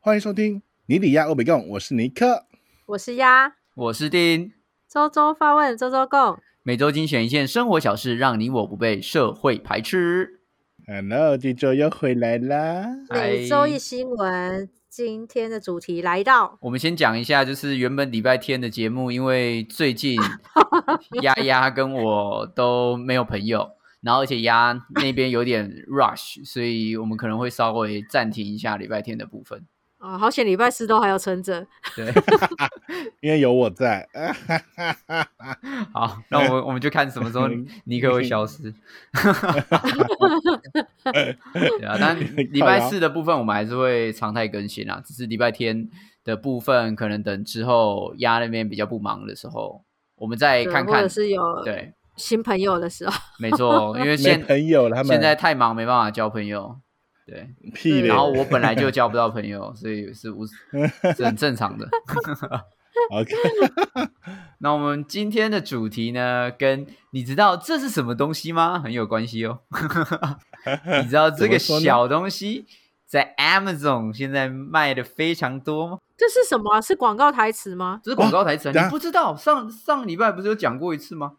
欢迎收听尼里亚欧北共，我是尼克。我是鸭，我是丁，周周发问，周周共。每周精选一件生活小事，让你我不被社会排斥。 Hello，这周又回来啦。每周一新闻，今天的主题来到我们先讲一下，就是原本礼拜天的节目，因为最近丫丫跟我都没有朋友，然后而且丫那边有点 rush，所以我们可能会稍微暂停一下礼拜天的部分。啊、好险礼拜四都还有撑着。对，因为有我在， 好，那我们我们就看什么时候尼克会消失。对啊，但礼拜四的部分我们还是会常态更新啊，只是礼拜天的部分可能等之后鸭那边比较不忙的时候，我们再对看或看者。是有对，新朋友的时候， 没错，因为 没现朋友了，他们现在太忙没办法交朋友。对，屁嘞。然后我本来 就交不到朋友，所以是无是很正常的。 OK，那我们今天的主题呢，跟你知道这是什么东西吗？很有关系哦。 你知道这个怎么说呢小东西在 Amazon 现在卖的非常多吗？这是什么啊？是广告台词吗？这是广告台词、等一啊，下你不知道？上上礼拜不是有讲过一次吗？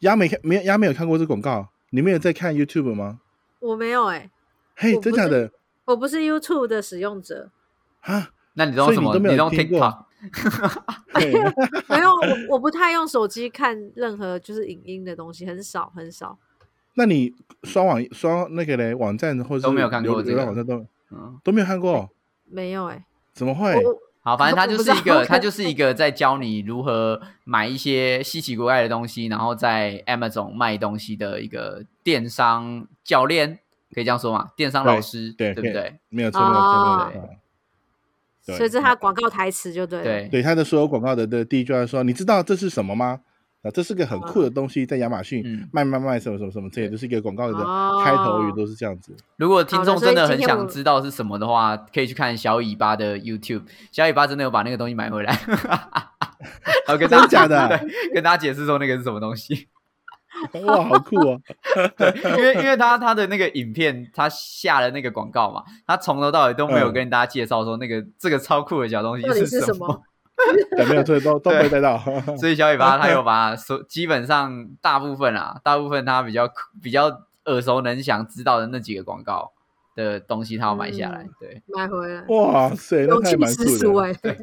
丫没看，没有丫没有看过这广告，你们有在看 YouTube 吗？我没有哎、嘿，我不真假的我不是 YouTube 的使用者，啊？那你知道什么？所以你都没有用听过 TikTok？对，没有，我我不太用手机看任何就是影音的东西，很少很少。 那你刷网刷那个嘞网站或者都没有看过这个网站都嗯，都没有看过，没有哎、怎么会？我我好，反正它我就不是一知道个，它就是一个在教你如何买一些稀奇古怪的东西，然后在 Amazon 卖东西的一个电商教练，可以这样说嘛？电商对老师，对对不对？没有错，没有错，哦没有错。对所以这是他广告台词就对了。对对他的所有广告的的第一句话说：“你知道这是什么吗？啊，这是个很酷的东西，在亚马逊嗯卖卖卖什么什么什么，这也就是一个广告的嗯哦开头语，都是这样子。如果听众真的很好的所以今天我想知道是什么的话，可以去看小尾巴的 YouTube。小尾巴真的有把那个东西买回 来，然后跟大家真假 的对跟大家解释说那个是什么东西。 哇，好酷哦！对，因为因为他他的那个影片，他下了那个广告嘛，他从头到尾都没有嗯跟大家介绍说那个、这个超酷的小东西到底是是什么。么？对，没有错，都都对没有带到。 所以小尾巴他有把所基本上大部分啊，大部分他比较比较耳熟能详知道的那几个广告的东西，他要买下来。嗯对，买回来，哇塞，那勇太气蛮十酷足的。哎、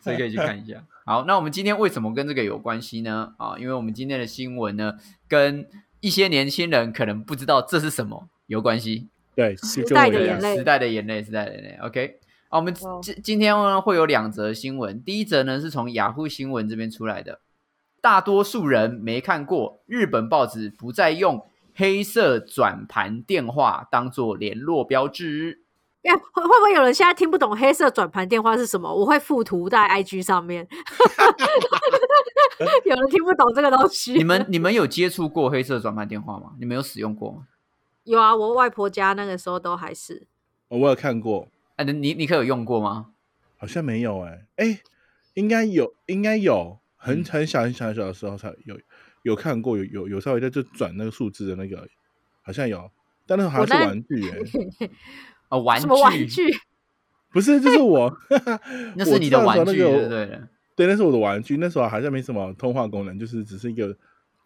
所以可以去看一下。好，那我们今天为什么跟这个有关系呢？啊，因为我们今天的新闻呢，跟一些年轻人可能不知道这是什么有关系。对，时就代我的这对样眼泪时代的眼泪，时代的眼泪。OK，啊，我们哇今今天呢会有两则新闻，第一则呢是从雅虎新闻这边出来的，大多数人没看过，日本报纸不再用黑色转盘电话当做联络标志。哎会会不会有人现在听不懂黑色转盘电话是什么？我会附图在 IG 上面， 有人听不懂这个东西。你们你们有接触过黑色转盘电话吗？你们有使用过吗？有啊？我外婆家那个时候都还是哦我有看过，啊，你你可有用过吗？好像没有哎，哎，应该有，应该有，很嗯很小很小很小的时候才有有看过，有有有稍微在就转那个数字的那个，好像有，但那个好像我是那玩具哎。” 啊，玩什么玩具？不是，就是我，那是你的我知玩道具，时候对不那个对了？对，那是我的玩具。那时候好像没什么通话功能，就是只是一个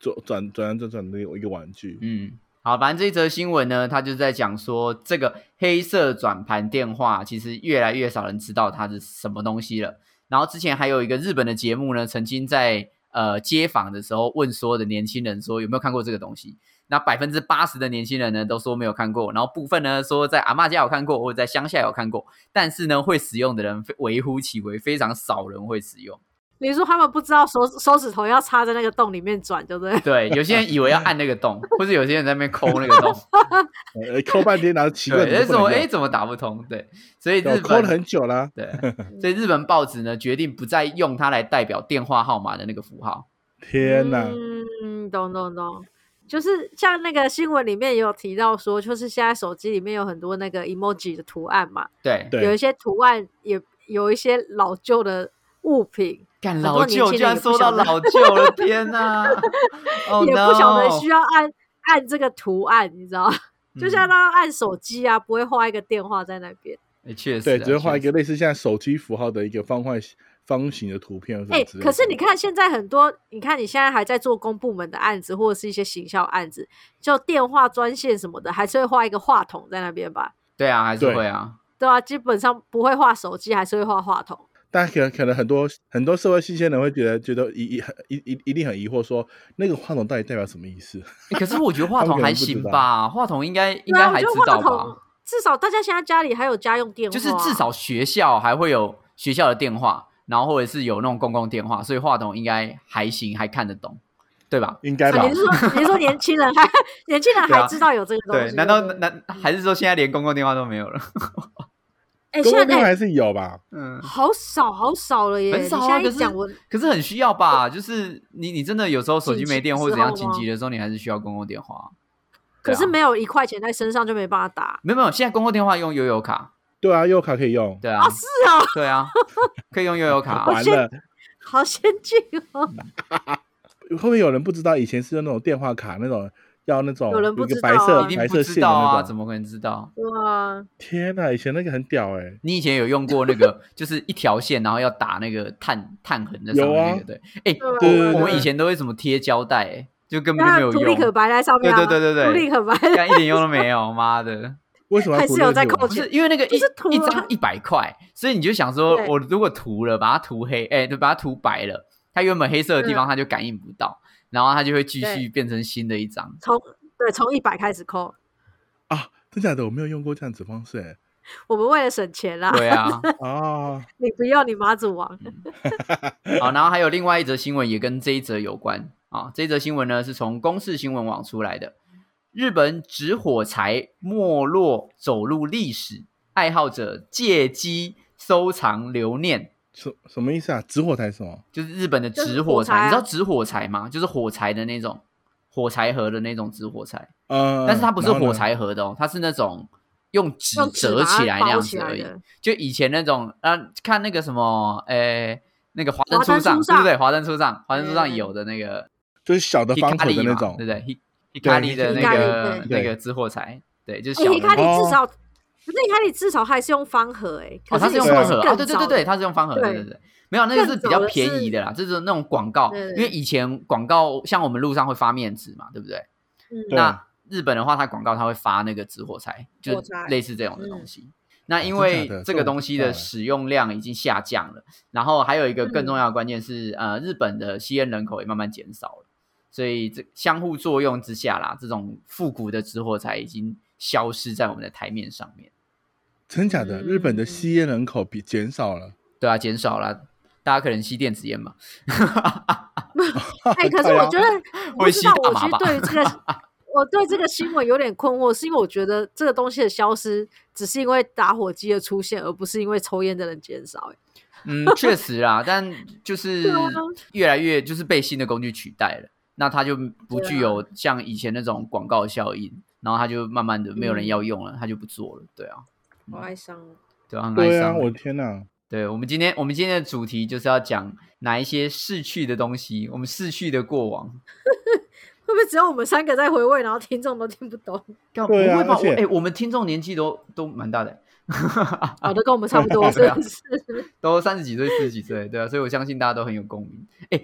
转转转转转的一个玩具。嗯，好，反正这一则新闻呢，它就是在讲说，这个黑色转盘电话其实越来越少人知道它是什么东西了。然后之前还有一个日本的节目呢，曾经在呃街访的时候问所有的年轻人说有没有看过这个东西。那百分之八十的年轻人呢都说没有看过，然后部分呢说在阿嬷家有看过，或者在乡下有看过，但是呢会使用的人非微乎其微，非常少人会使用。你说他们不知道手手指头要插在那个洞里面转，对 不对？对，有些人以为要按那个洞，或者有些人在那边抠那个洞，呃，抠半天，然后 奇怪，对，哎怎怎么么哎怎么打不通？对，所以不能日用我啊抠本了很久啦。对， 所以日本报纸呢决定不再用它来代表电话号码的那个符号。天哪，嗯，懂懂懂。就是像那个新闻里面也有提到说，就是现在手机里面有很多那个 emoji 的图案嘛，对，对有一些图案也有一些老旧的物品，干很老多年舅轻居人然也说不到晓得老舅了，天 哪！哦、也 no，不晓得需要按按这个图案，你知道吗？就像他按手机啊，不会画一个电话在那边。嗯诶确实啊、对，只会画一确实个类似像手机符号的一个方块方形的图片。哎、可是你，看现在很多，你看你现在还在做公部门的案子或者是一些行销案子，就电话专线什么的，还是会画一个话筒在那边吧？对啊，还是对会啊，对啊，基本上不会画手机，还是会画话筒。大家可能可能很多很多社会新鲜人会觉得觉得一一很一一一定很疑惑说，那个话筒到底代表什么意思？ 哎诶可是我觉得话他们筒可能还不知行道吧，话筒应该应对啊该我还觉知得话道筒吧，至少大家现在家里还有家用电话啊、就是至少学校还会有学校的电话，然后或者是有那种公共电话，所以话筒应该还行，还看得懂，对吧？应该啊、吧你？是说你是说年轻人还 年轻人对啊还知道有这个东对，西？难道不难还是说现在连公共电话都没有了？哎、公现共电话在、哎还是有吧？嗯，好少好少了耶！很少你啊现在可一是讲我， 可是很需要 吧？就是你你真的有时候手机紧急没电的或者怎时候样紧吗急的时候，你还是需要公共电话。可对是啊没有一块钱在身上就没办法打。没有没有，现在公共电话用悠游卡，对啊，优卡可以用。对啊，啊，是啊，对啊，可以用悠游 卡啊。完了，好先进哦！会不会有人不知道以前是用那种电话卡那种？要那种有人不一个知白道色、啊一定白不色知线的道啊，那怎种。么可能知道？哇，天哪，以前那个很屌哎、 你以前有用过那个，就是一条线，然后要打那个碳碳痕的上有面啊那个，对，哎，对对啊对我们对以前都会什么贴胶带，哎，就根本就没那有图立可用，白在上面啊，对对对对对图立可白但一点用都没有，妈 的！为什么要还涂是有那个在我扣不是因为那个一就是涂一了张一百块，所以你就想说，对我如果涂了，把它涂黑，哎、对，把它涂白了，它原本黑色的地方它就感应不到，然后它就会继续嗯对变成新的一张。从对从一百开始扣。啊，真假的，我没有用过这样子方式哎、我们为了省钱啦，对嗯啊，啊， 你不要你马祖王， 好，然后还有另外一则新闻也跟这一则有关啊，这一则新闻呢是从公视新闻网出来的，日本纸火柴没落走入历史，爱好者借机收藏留念。什什么意思啊？纸火柴是什么？就是日本的就是纸火火柴，柴啊你知道纸火柴吗？就是火柴的那种火柴盒的那种纸火柴，呃，但是它不是然后呢火，柴盒的哦，它是那种用纸 用纸折把它起来那包样起子来而已。的哎就以前那种啊，看那个什么，诶，那个华灯华初灯上，初对不上对？华灯初上，华灯初上嗯有的那个就是小的 h 方 i 口 k 的 a 那嘛，种对不，对 h i k a 对 r 的那 Hikari，个对那个纸火柴，对，就是哎，小你看的。你哦至少，可是你看你至少还是用方盒哎，哦，可它你是用说方的的是盒啊，更对对早对对，的，它是用方盒，对对对对，没有那个更是比较早的便宜是的啦，就是那种广告，对对因为以前广告像我们路上会发面纸嘛，对不对？嗯，对那日本的话，它广告它会发那个纸火柴，就火柴嗯类似这种的东西。哦那因为真假这的这个我不东西知道的欸使用量已经下降了，然后还有一个更嗯重要的关键是，呃，日本的吸烟人口也慢慢减少了，所以这相互作用之下啦，这种复古的纸火柴已经消失在我们的台面上面，真假的，日本的嗯吸烟人口比减少了。对啊，减少了，大家可能吸电子烟嘛， 哎，可是对啊我觉得， 我会不吸知道，大我麻其实吧对于这个，我对这个新闻有点困惑，是因为我觉得这个东西的消失，只是因为打火机的出现，而不是因为抽烟的人减少。哎，嗯，确实啦，但就是对啊越来越就是被新的工具取代了，那它就不对啊具有像以前那种广告效应，然后它就慢慢的没有嗯人要用了，它就不做了，对啊，好哀伤哦。对啊，很哀对啊，伤。我的天哪！对我们今天我们今天的主题就是要讲哪一些逝去的东西，我们逝去的过往。会不会只有我们三个在回味，然后听众都听不懂？干不对啊会吧？而且哎、我们听众年纪都都蛮大的，啊好哦的，跟我们差 不多，对是啊不是？都三十几岁、四十几岁，对啊，所以我相信大家都很有共鸣。哎、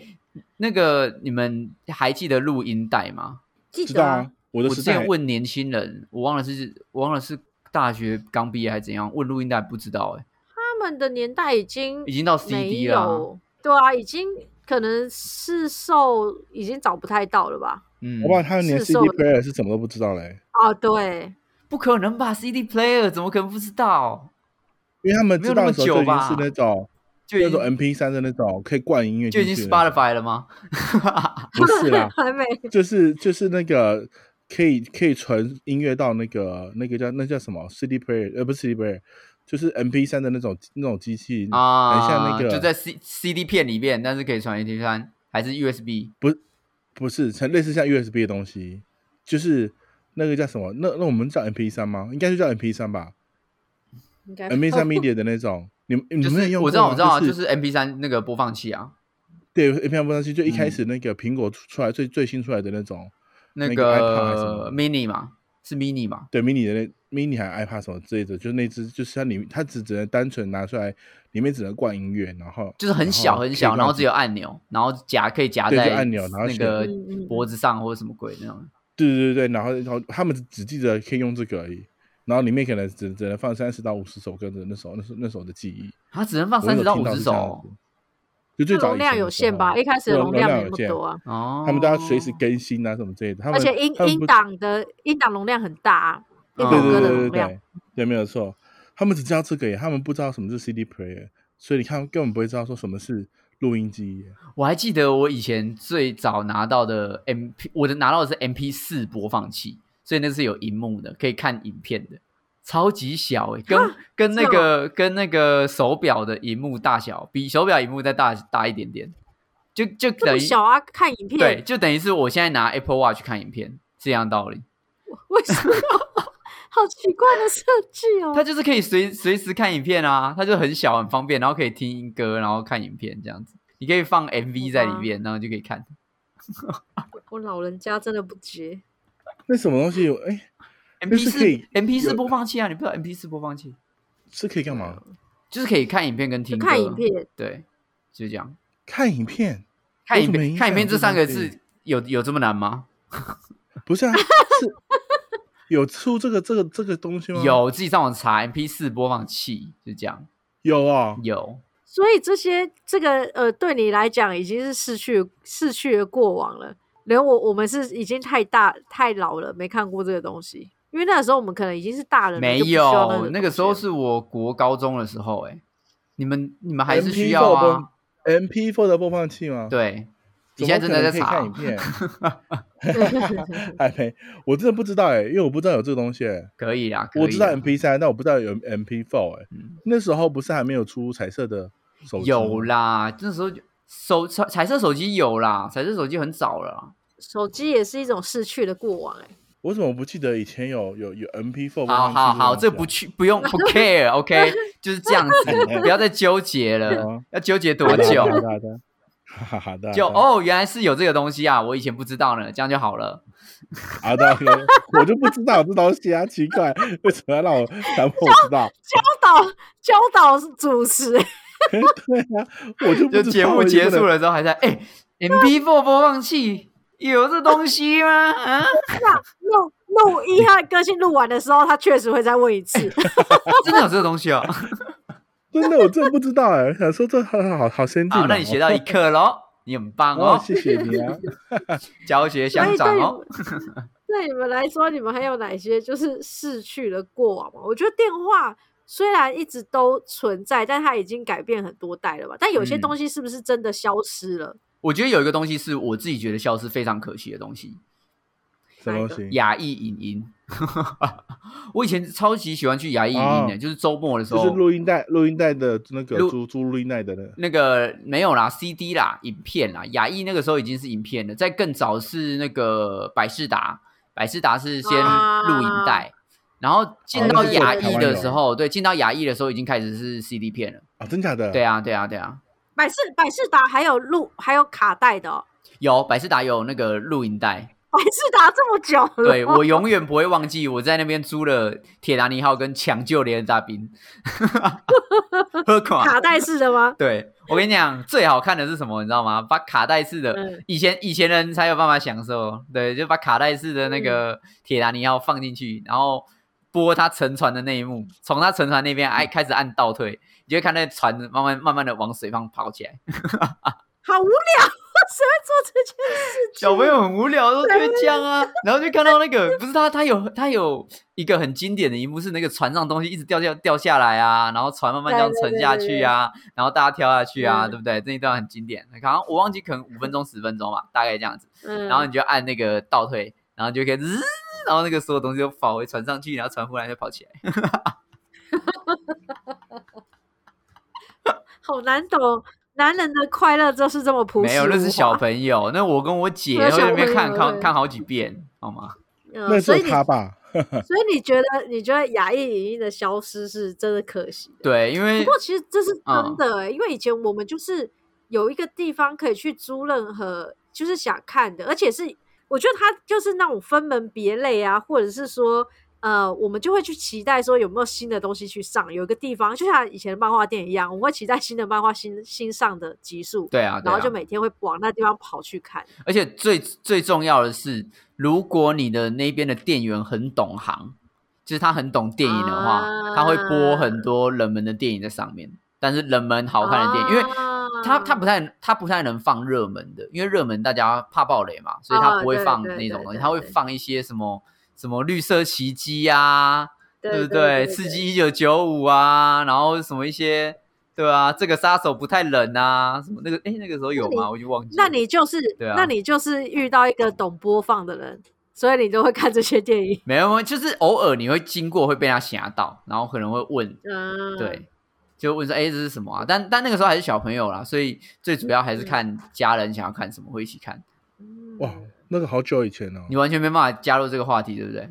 那个你们还记得录音带吗？记知得道啊啊，我的我时之代前问年轻人，我忘了是我忘了是大学刚毕业还是怎样，问录音带不知道哎、他们的年代已经已经到没 CD 了，有，对啊，已经可能市售已经找不太到了吧？嗯我，不知道他们连是 CD 受 player 是什么都不知道嘞，啊，对，不可能吧？CD player 怎么可能不知道？因为他们没知有那道么的时候就久已经吧是那种就已那种经 MP 三的那种可以灌音乐就进已去经的那种， Spotify 了吗？不是啦 ，还没 就是就是那个可以可以存音乐到那个那个叫那叫什么 CD player 呃不是 CD player，就是 MP 三的那种那种机器啊，很像那个就在 C CD 片里面，但是可以传 MP 三还是 USB？不是，像类似像 USB 的东西，就是那个叫什么？那那我们叫 MP 三吗？应该就叫 MP 三吧应该，MP 三 media 的那种。你们你哦就们有是用我过吗？知道我知道，就就是 MP 三那个播放器啊，对 MP 三播放器，就一开嗯始那个苹果出出来最最新出来的那种，那那个 iPod 还是什个么 Mini 嘛，是 mini 嘛？对 mini 的那 mini 还 iPad 什么之类的，就是那只就是它里面它只只能单纯拿出来，里面只能灌音乐，然后就是很小很小，然后只有有按钮，然后夹可以夹对就在按钮然后那选个嗯嗯脖子上或者什么鬼那种。对对对对，然后然后他们只记得可以用这个而已，然后里面可能只只能放三十到五十首歌的那首那时候那时候的记忆，它只能放我三有十到听五十是首这样哦子，就最早容以量前的有时限候啊吧？一开始的对容量没有那么限多啊，哦，他们都要随时更新啊什么之类的，他而们且音他们音不档的音档容量很大啊，电对脑对歌对的对容对量。对，对，没有错。他们只知道这个耶，他们不知道什么是 CD player，所以你看根本不会知道说什么是录音机耶。我还记得我以前最早拿到的 M P，我的拿到的是 M P 四播放器，所以那是有荧幕的，可以看影片的，超级小诶、跟跟那是哦个跟那个手表的荧幕大小比，手表荧幕再大大一点点，就就这等么于小啊，看影片。对，就等于是我现在拿 Apple Watch 看影片是一样的道理， 为什么？ 好奇怪的设计哦！它就是可以随随时看影片啊，它就很小很方便，然后可以听歌，然后看影片这样子，你可以放 M V 在里好吧面，然后就可以看。我老人家真的不接，那什么东西有？哎， M 就 P 是可以四 M P 四有播放器啊，你不知道 M P 四播放器是可以干嘛？就是可以看影片跟就听歌看影，片。对，就这样。看影片？看影我怎么没片，印看影象片这这三个东西字有有这么难吗？不是啊， 是有出这个这个这个东西吗？有，自己上网查 M P 四播放器，就这样。有啊、有，所以这些这个呃，对你来讲已经是逝去逝去的过往了。连我我们是已经太大太老了，没看过这个东西。因为那时候我们可能已经是大人了，没就不需要那有？那个个时候东西是了我国高中的时候、欸，哎，你们你们还是 MP4 需要啊？ m p 4的播放器吗？，对，你现怎在么可真的能在可以看影查？片？还没，我真的不知道哎、因为我不知道有这个东西、哎可以啦，可以我知道啦 MP 3但我不知道有 MP 4哎、嗯那时候不是还没有出彩色的手机？有啦，那时候就手彩彩色手机有啦，彩色手机很早了啦。 手机也是一种逝去的过往、哎，我怎么不记得以前有有有 MP4 播好放器好好，这这种不东西去不用不 care，OK，、就是这样子，不要再纠结了嗯，要纠结啊多 好的久？好的，好的好的，就好的，哦，原来是有这个东西啊，我以前不知道呢，这样就好 了。好的，好的我就不知道有这东西啊，奇怪，为什么要让我强迫我知道？教导教导主持、哎对啊，我就不就知道节目我结就不能束了之后还在哎，MP4 播放器有这东西吗？啊，录录一他的歌性录完的时候，他确实会再问 一次。真的有这个东西 哦。真的，我真的不知道哎、想说这好好好先进、哦，好，那你学到一课喽，你很棒哦哦，，谢谢你啊，教学所相以哎对长你哦们。对你们来说，你们还有哪些就是逝去的过往吗？我觉得电话虽然一直都存在，但它已经改变很多代了吧？但有些嗯东西是不是真的消失了？我觉得有一个东西是我自己觉得笑是非常可惜的东西，什么东西？亚艺影音。 我以前超级喜欢去亚艺影音的，哦就是周末的时就候，是录音带，录音带的那个录租租录音带的那个那个没有啦，CD 啦，影片啦，亚艺那个时候已经是影片了，在更早是那个百事达，百事达是先啊录影带，然后进到哦那是亚台艺湾的有时候，对，进到亚艺的时候已经开始是 CD 片了，啊，真假的？对啊，对啊，对啊，百事百事达还有录还有卡带的、哦， 有百事达有那个录影带，百事达这么久了，对我永远不会忘记，我在那边租了《铁达尼号》跟《抢救连大兵》， 喝垮。卡带式的吗？对我跟你讲，最好看的是什么，你知道吗？把卡带式的嗯，以前以前人才有办法享受。对，就把卡带式的那个《铁达尼号》放进去，然后播他沉船的那一幕，从他沉船那边哎开始按倒退，你就会看那船慢慢慢慢的往水上跑起来。好无聊，谁会做这件事情？小朋友很无聊，都觉得这样 啊，然后就看到那个不是他，他有他有一个很经典的一幕是那个船上东西一直掉掉掉下来啊，然后船慢慢这样沉下去啊，然后大家跳下去啊，嗯对不对？这一段很经典，好像我忘记可能五分钟十分钟 吧，大概这样子，嗯，然后你就按那个倒退，然后就可以滋，然后那个所有东西都跑回船上去，然后船忽然就跑起来。嗯好难懂，哦男人的快乐就是这么朴实无华。没有，那是小朋友，那我跟我姐那然小后在那边看朋友看对看好几遍，好吗？嗯那所是以你他吧？所以你觉得你觉得亚裔影音的消失是真的可惜的？对，因为不过其实这是嗯真的、欸，因为以前我们就是有一个地方可以去租任何就是想看的，而且是我觉得它就是那种分门别类啊，或者是说，呃，我们就会去期待说有没有新的东西去上，有一个地方就像以前的漫画店一样，我们会期待新的漫画新新上的集数，对啊，对然后啊就每天会往那地方跑去看。而且最最重要的是，如果你的那边的店员很懂行，就是他很懂电影的话，啊他会播很多冷门的电影在上面，但是冷门好看的电影，因为啊他他不太他不太能放热门的，因为热门大家怕暴雷嘛，所以他不会哦放对对那种东西，对对他会对放一些什么什么绿色奇迹啊，对对不对？刺激一九九五啊，然后什么一些对啊，这个杀手不太冷啊，什么那个哎那个时候有那吗？你我就忘记了。那你就是，对啊那你就是遇到一个懂播放的人，所以你都会看这些电 影。没有，就是偶尔你会经过会被他吓到，然后可能会问，嗯，对，就问说，哎、这是什么啊？但但那个时候还是小朋友啦，所以最主要还是看家人想要看什么会一起看。嗯，哇，那个好久以前哦你，完全没办法加入这个话题，对不对？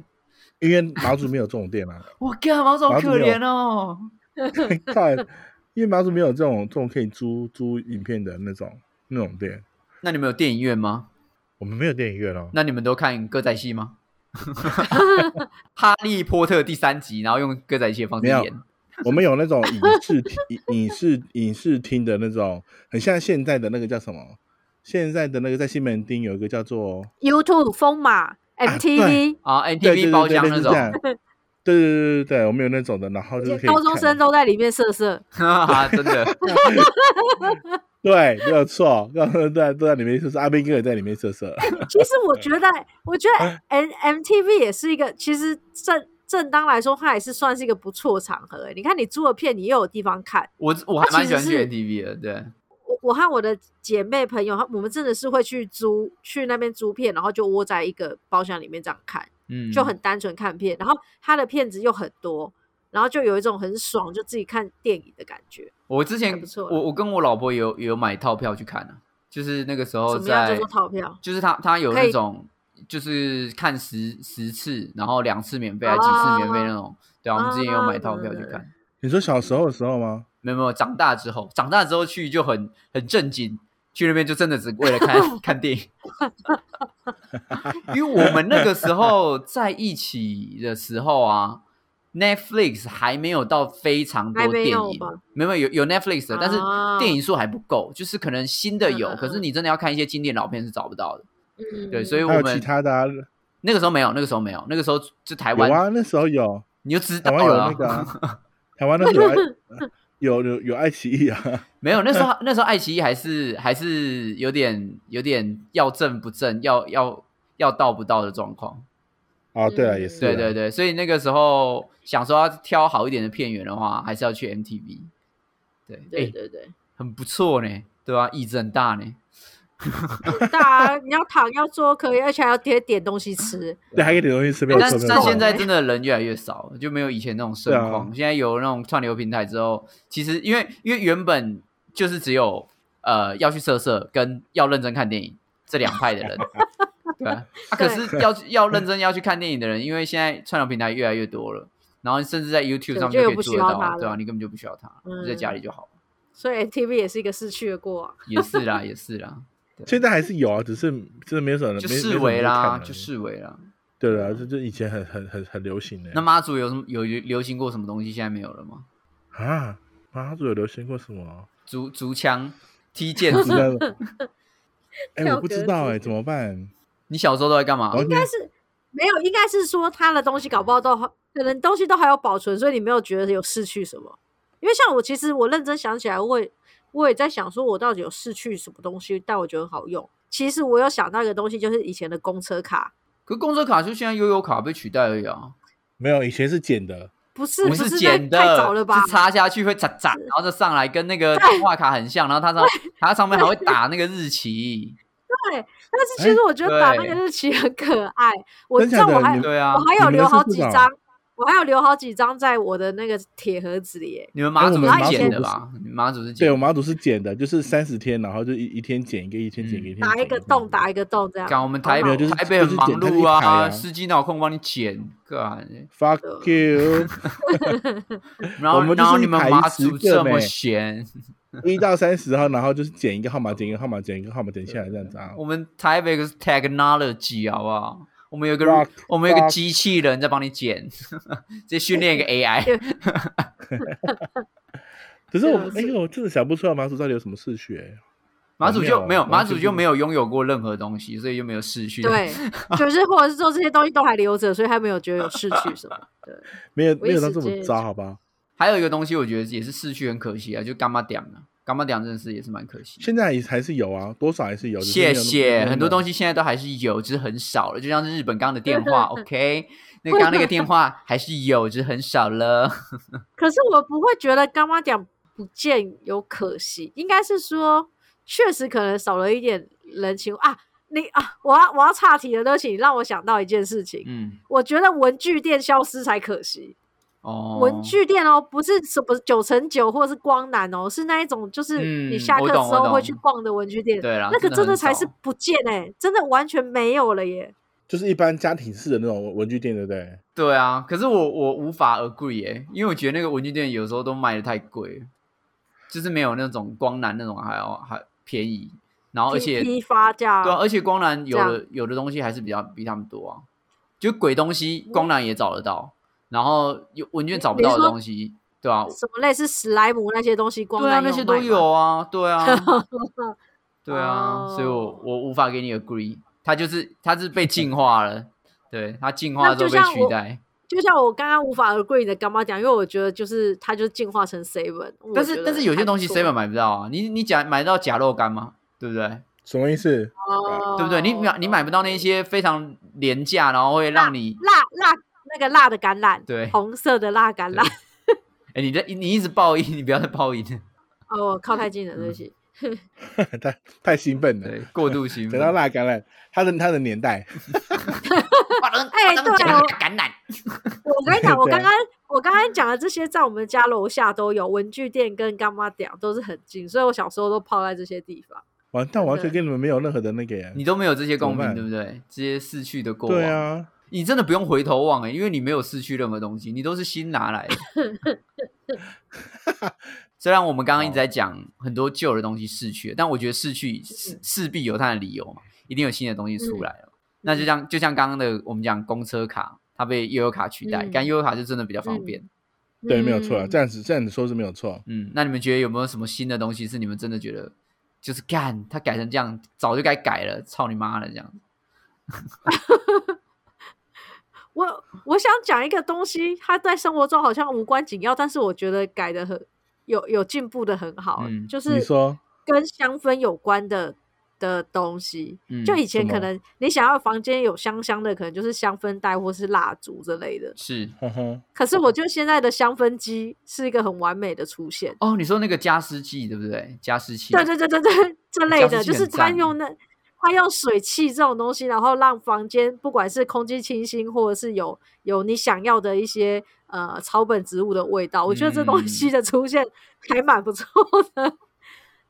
因为马祖没有这种店啊，我干嘛，这好马祖可没有怜哦。 看，因为马祖没有这种这种可以租租影片的那种那种店，那你们有电影院吗？我们没有电影院哦。那你们都看歌仔戏吗？哈利波特第三集，然后用歌仔戏的方式没有演，我们有那种影视厅影影视影视厅的那种，很像现在的那个叫什么？现在的那个在西门町有一个叫做 YouTube 疯啊马 MTV，、啊对对，NTV 对包对厢类那似这种， 样对对对对对，我们有那种的，然后就是可以高中看生都在里面瑟瑟。 哈哈，啊真的，对，没有错，高中生都在都在里面就是阿斌哥也在里面 瑟瑟，其实我觉得，嗯我觉得哎 M MTV 也是一个，其实正正当来说，它也是算是一个不错场合、欸你看，你租了片，你又有地方看。我我还蛮喜欢其实去是 NTV 的，对。我我和我的姐妹朋友，她我们真的是会去租去那边租片，然后就窝在一个包厢里面这样看，嗯，就很单纯看片。然后他的片子又很多，然后就有一种很爽，就自己看电影的感觉。我之前还不错啦我我跟我老婆也有也有买套票去看啊，就是那个时候怎么样叫哦在做，套票？就是他他有可以那种就是看十十次，然后两次免费还是几次免哦费那种，对啊，我们之前有买套票去看，你说小时候的时候吗？没有没有，长大之后长大之后去就很很震惊，去那边就真的只为了 看看电影，因为我们那个时候在一起的时候啊。Netflix 还没有到非常多还没电有影吧，没有没有有有 Netflix 的，但是啊电影数还不够，就是可能新的有，嗯嗯嗯可是你真的要看一些经典老片是找不到的。嗯对，所以还我有其们他的、啊，那个时候没有，那个时候没有，那个时候就台有湾，啊，那时候有，你就知台道湾有了啊。那个、啊，台湾那时候有 爱有有有爱奇艺啊，没有，那时 候那时候爱奇艺还是还是有点有点要正不正，要要要到不到的状况。啊对了嗯也是啊，对对对，所以那个时候想说要挑好一点的片源的话，还是要去 MTV。对，嗯对哎对对，很不错呢，对吧、意志很大呢。大家你要躺要坐可以，而且还要点点东西吃。对，还可以点东西吃，没有哎但错没有但错现在真的人越来越少，就没有以前那种盛况。对啊现在有那种串流平台之后，其实因为因为原本就是只有呃要去色色跟要认真看电影这两派的 人，对啊。啊可对是要要认真要去看电影的人，因为现在串流平台越来越多了，然后甚至在 YouTube 对上就可又以不做得需要到它啊，了嗯对啊，你根本就不需要它，你在家里就好了。所以 MTV 也是一个逝去的过往。也是啦，也是啦，现在还是有啊，只是真的 没有什么人，就没没什视么为人看啦，而已就视为啦。对了，这这以前很很很很流行的。那妈祖有什么有流流行过什么东西？现在没有了吗？啊，妈祖有流行过什么？啊竹竹枪、踢毽不知子，道。哎，跳我不格知子道哎，怎么办？你小时候都在干嘛？应应该是没有，应该是说他的东西搞不好都还可能东西都还有保存，所以你没有觉得有失去什么。因为像我，其实我认真想起来，我也我也在想，说我到底有失去什么东西，但我觉得很好用。其实我有想到一个东西，就是以前的公车卡，可公车卡就现在悠游卡被取代而已啊，没有，以前是剪的，不是我们不是剪的，那太早了吧是？插下去会砸砸，然后再上来跟那个电话卡很像，然后它上它上面还会打那个日期，但是其实我觉得打那个哎对日期很可爱。我真知假道的我 还你我对啊，还有你们留是好不啊几早张，我还有留好几张在我的那个铁盒子里耶。你们马祖哎我是们剪的吧？你们马祖是剪对我的，妈祖是剪的，就是三十天，然后就一一天剪一个，一天剪一个，一天打剪一个这样洞，子打一个洞这样。干我们台没有就是台北很忙碌就是剪它是一排啊司机脑有空帮你剪，干， Fuck you！然后我们就是然后你们马一排祖十个这么呗闲， 一到三十号，然后就是减一个号码，减一个号码，减一个号码，减下来这样子啊。我们台北有个 technology 好不好？我们有个 Rock- 我们有个 rock 机器人在帮你剪， 直接训 练一个 AI。可是我对啊哎是呦，我真的想不出来马祖到底有什么嗜血、欸。马祖就好妙哦没有，马完全祖不就没有拥有过任何东西，所以就没有逝去。对，就是或者是说这些东西都还留着，所以他没有觉得有逝 去什么。对，没有我没有一到时这么间糟，好吧？还有一个东西，我觉得也是逝去很可惜啊，就干妈点啊，干妈点真的是也是蛮可惜。现在还还是有啊，多少还是有。只是没谢有那么谢，很多东西。西现在都还是有，只是很少了。就像是日本刚刚的电话，OK，那对刚刚那个电话还是有，只是很少 了。可是我不会觉得干妈讲不见有可惜，应该是说确实可能少了一点人情啊。你啊，我要我要岔题了，对不起，你让我想到一件事情，嗯，我觉得文具店消失才可惜。哦，文具店哦，不是什么九乘九或者是光南哦，是那一种就是嗯你下我课之懂我后会懂去逛的文具店，对啦那个真的真的很才是少不见哎、真的完全没有了耶。就是一般家庭式的那种文具店，对不对？对啊，可是我我无法 agree 耶，因为我觉得那个文具店有时候都卖的太贵了，就是没有那种光南那种还要还便宜，然后而且批批发价，对啊，而且光南有这的有的东西还是比较比他们多啊，就鬼东西光南也找得到，然后有文具店找不你到的说东西，对啊，什么类似史莱姆那些东西，光对啊，南那些都卖吗有啊，对 啊，对啊，所以我哦我无法给你 agree，它就是它是被进化了，对，它进化那之后就被像取我代，就像我刚刚无法 agree 的干妈讲，因为我觉得就是它就进化成 seven，但是但是有些东西 seven 嘛，买不到啊，你你假买得到假肉干吗？对不对？什么意思？哦对不对？你买你买不到那些非常廉价，然后会让你辣辣那个辣的橄榄，对红色的辣橄榄对。哎，你在你一直报应，你不要再报应了，哦，靠太近了，对不嗯起。太太兴奋了对，， 过度兴讲奋，到辣橄榄，它的它的年代，哇都 哎哇都对讲啊到橄榄，我跟你讲，我对啊刚刚我刚刚讲的这些，在我们家楼下都有文具店跟干妈店都是很近，所以我小时候都泡在这些地方。完蛋，完真全的跟你们没有任何的那个耶。你都没有这些公怎么平，办对不对？这些逝去的过往，对啊，你真的不用回头望哎、因为你没有失去任何东西，你都是新拿来 的。虽然我们刚刚一直在讲很多旧的东西逝去了，但我觉得逝去嗯势势必有它的理由嘛，一定有新的东西出来了。那嗯就像就像刚刚的我们讲公车卡，它被悠游卡取代，嗯但悠游卡就真的比较嗯方便。对，没有错啊，嗯这样子这样子说是没有错。嗯，那你们觉得有没有什么新的东西是你们真的觉得就是干它改成这样，早就该改了，操你妈了这样？我我想讲一个东西，它在生活中好像无关紧要，但是我觉得改的很有有进步的很好，嗯就你是说跟香氛有关的的东西。嗯，就以前什可么能你想要房间有香香的，可能就是香氛袋或是蜡烛之类的。是呵呵，可是我觉得现在的香氛机是一个很完美的出现。哦，你说那个加湿器对不对？加湿器，对对对对对，这类加湿的，器就是很他赞用那他用水汽这种东西，然后让房间不管是空气清新，或者是有有你想要的一些呃草本植物的味道，我觉得这嗯东西的出现还蛮不错的。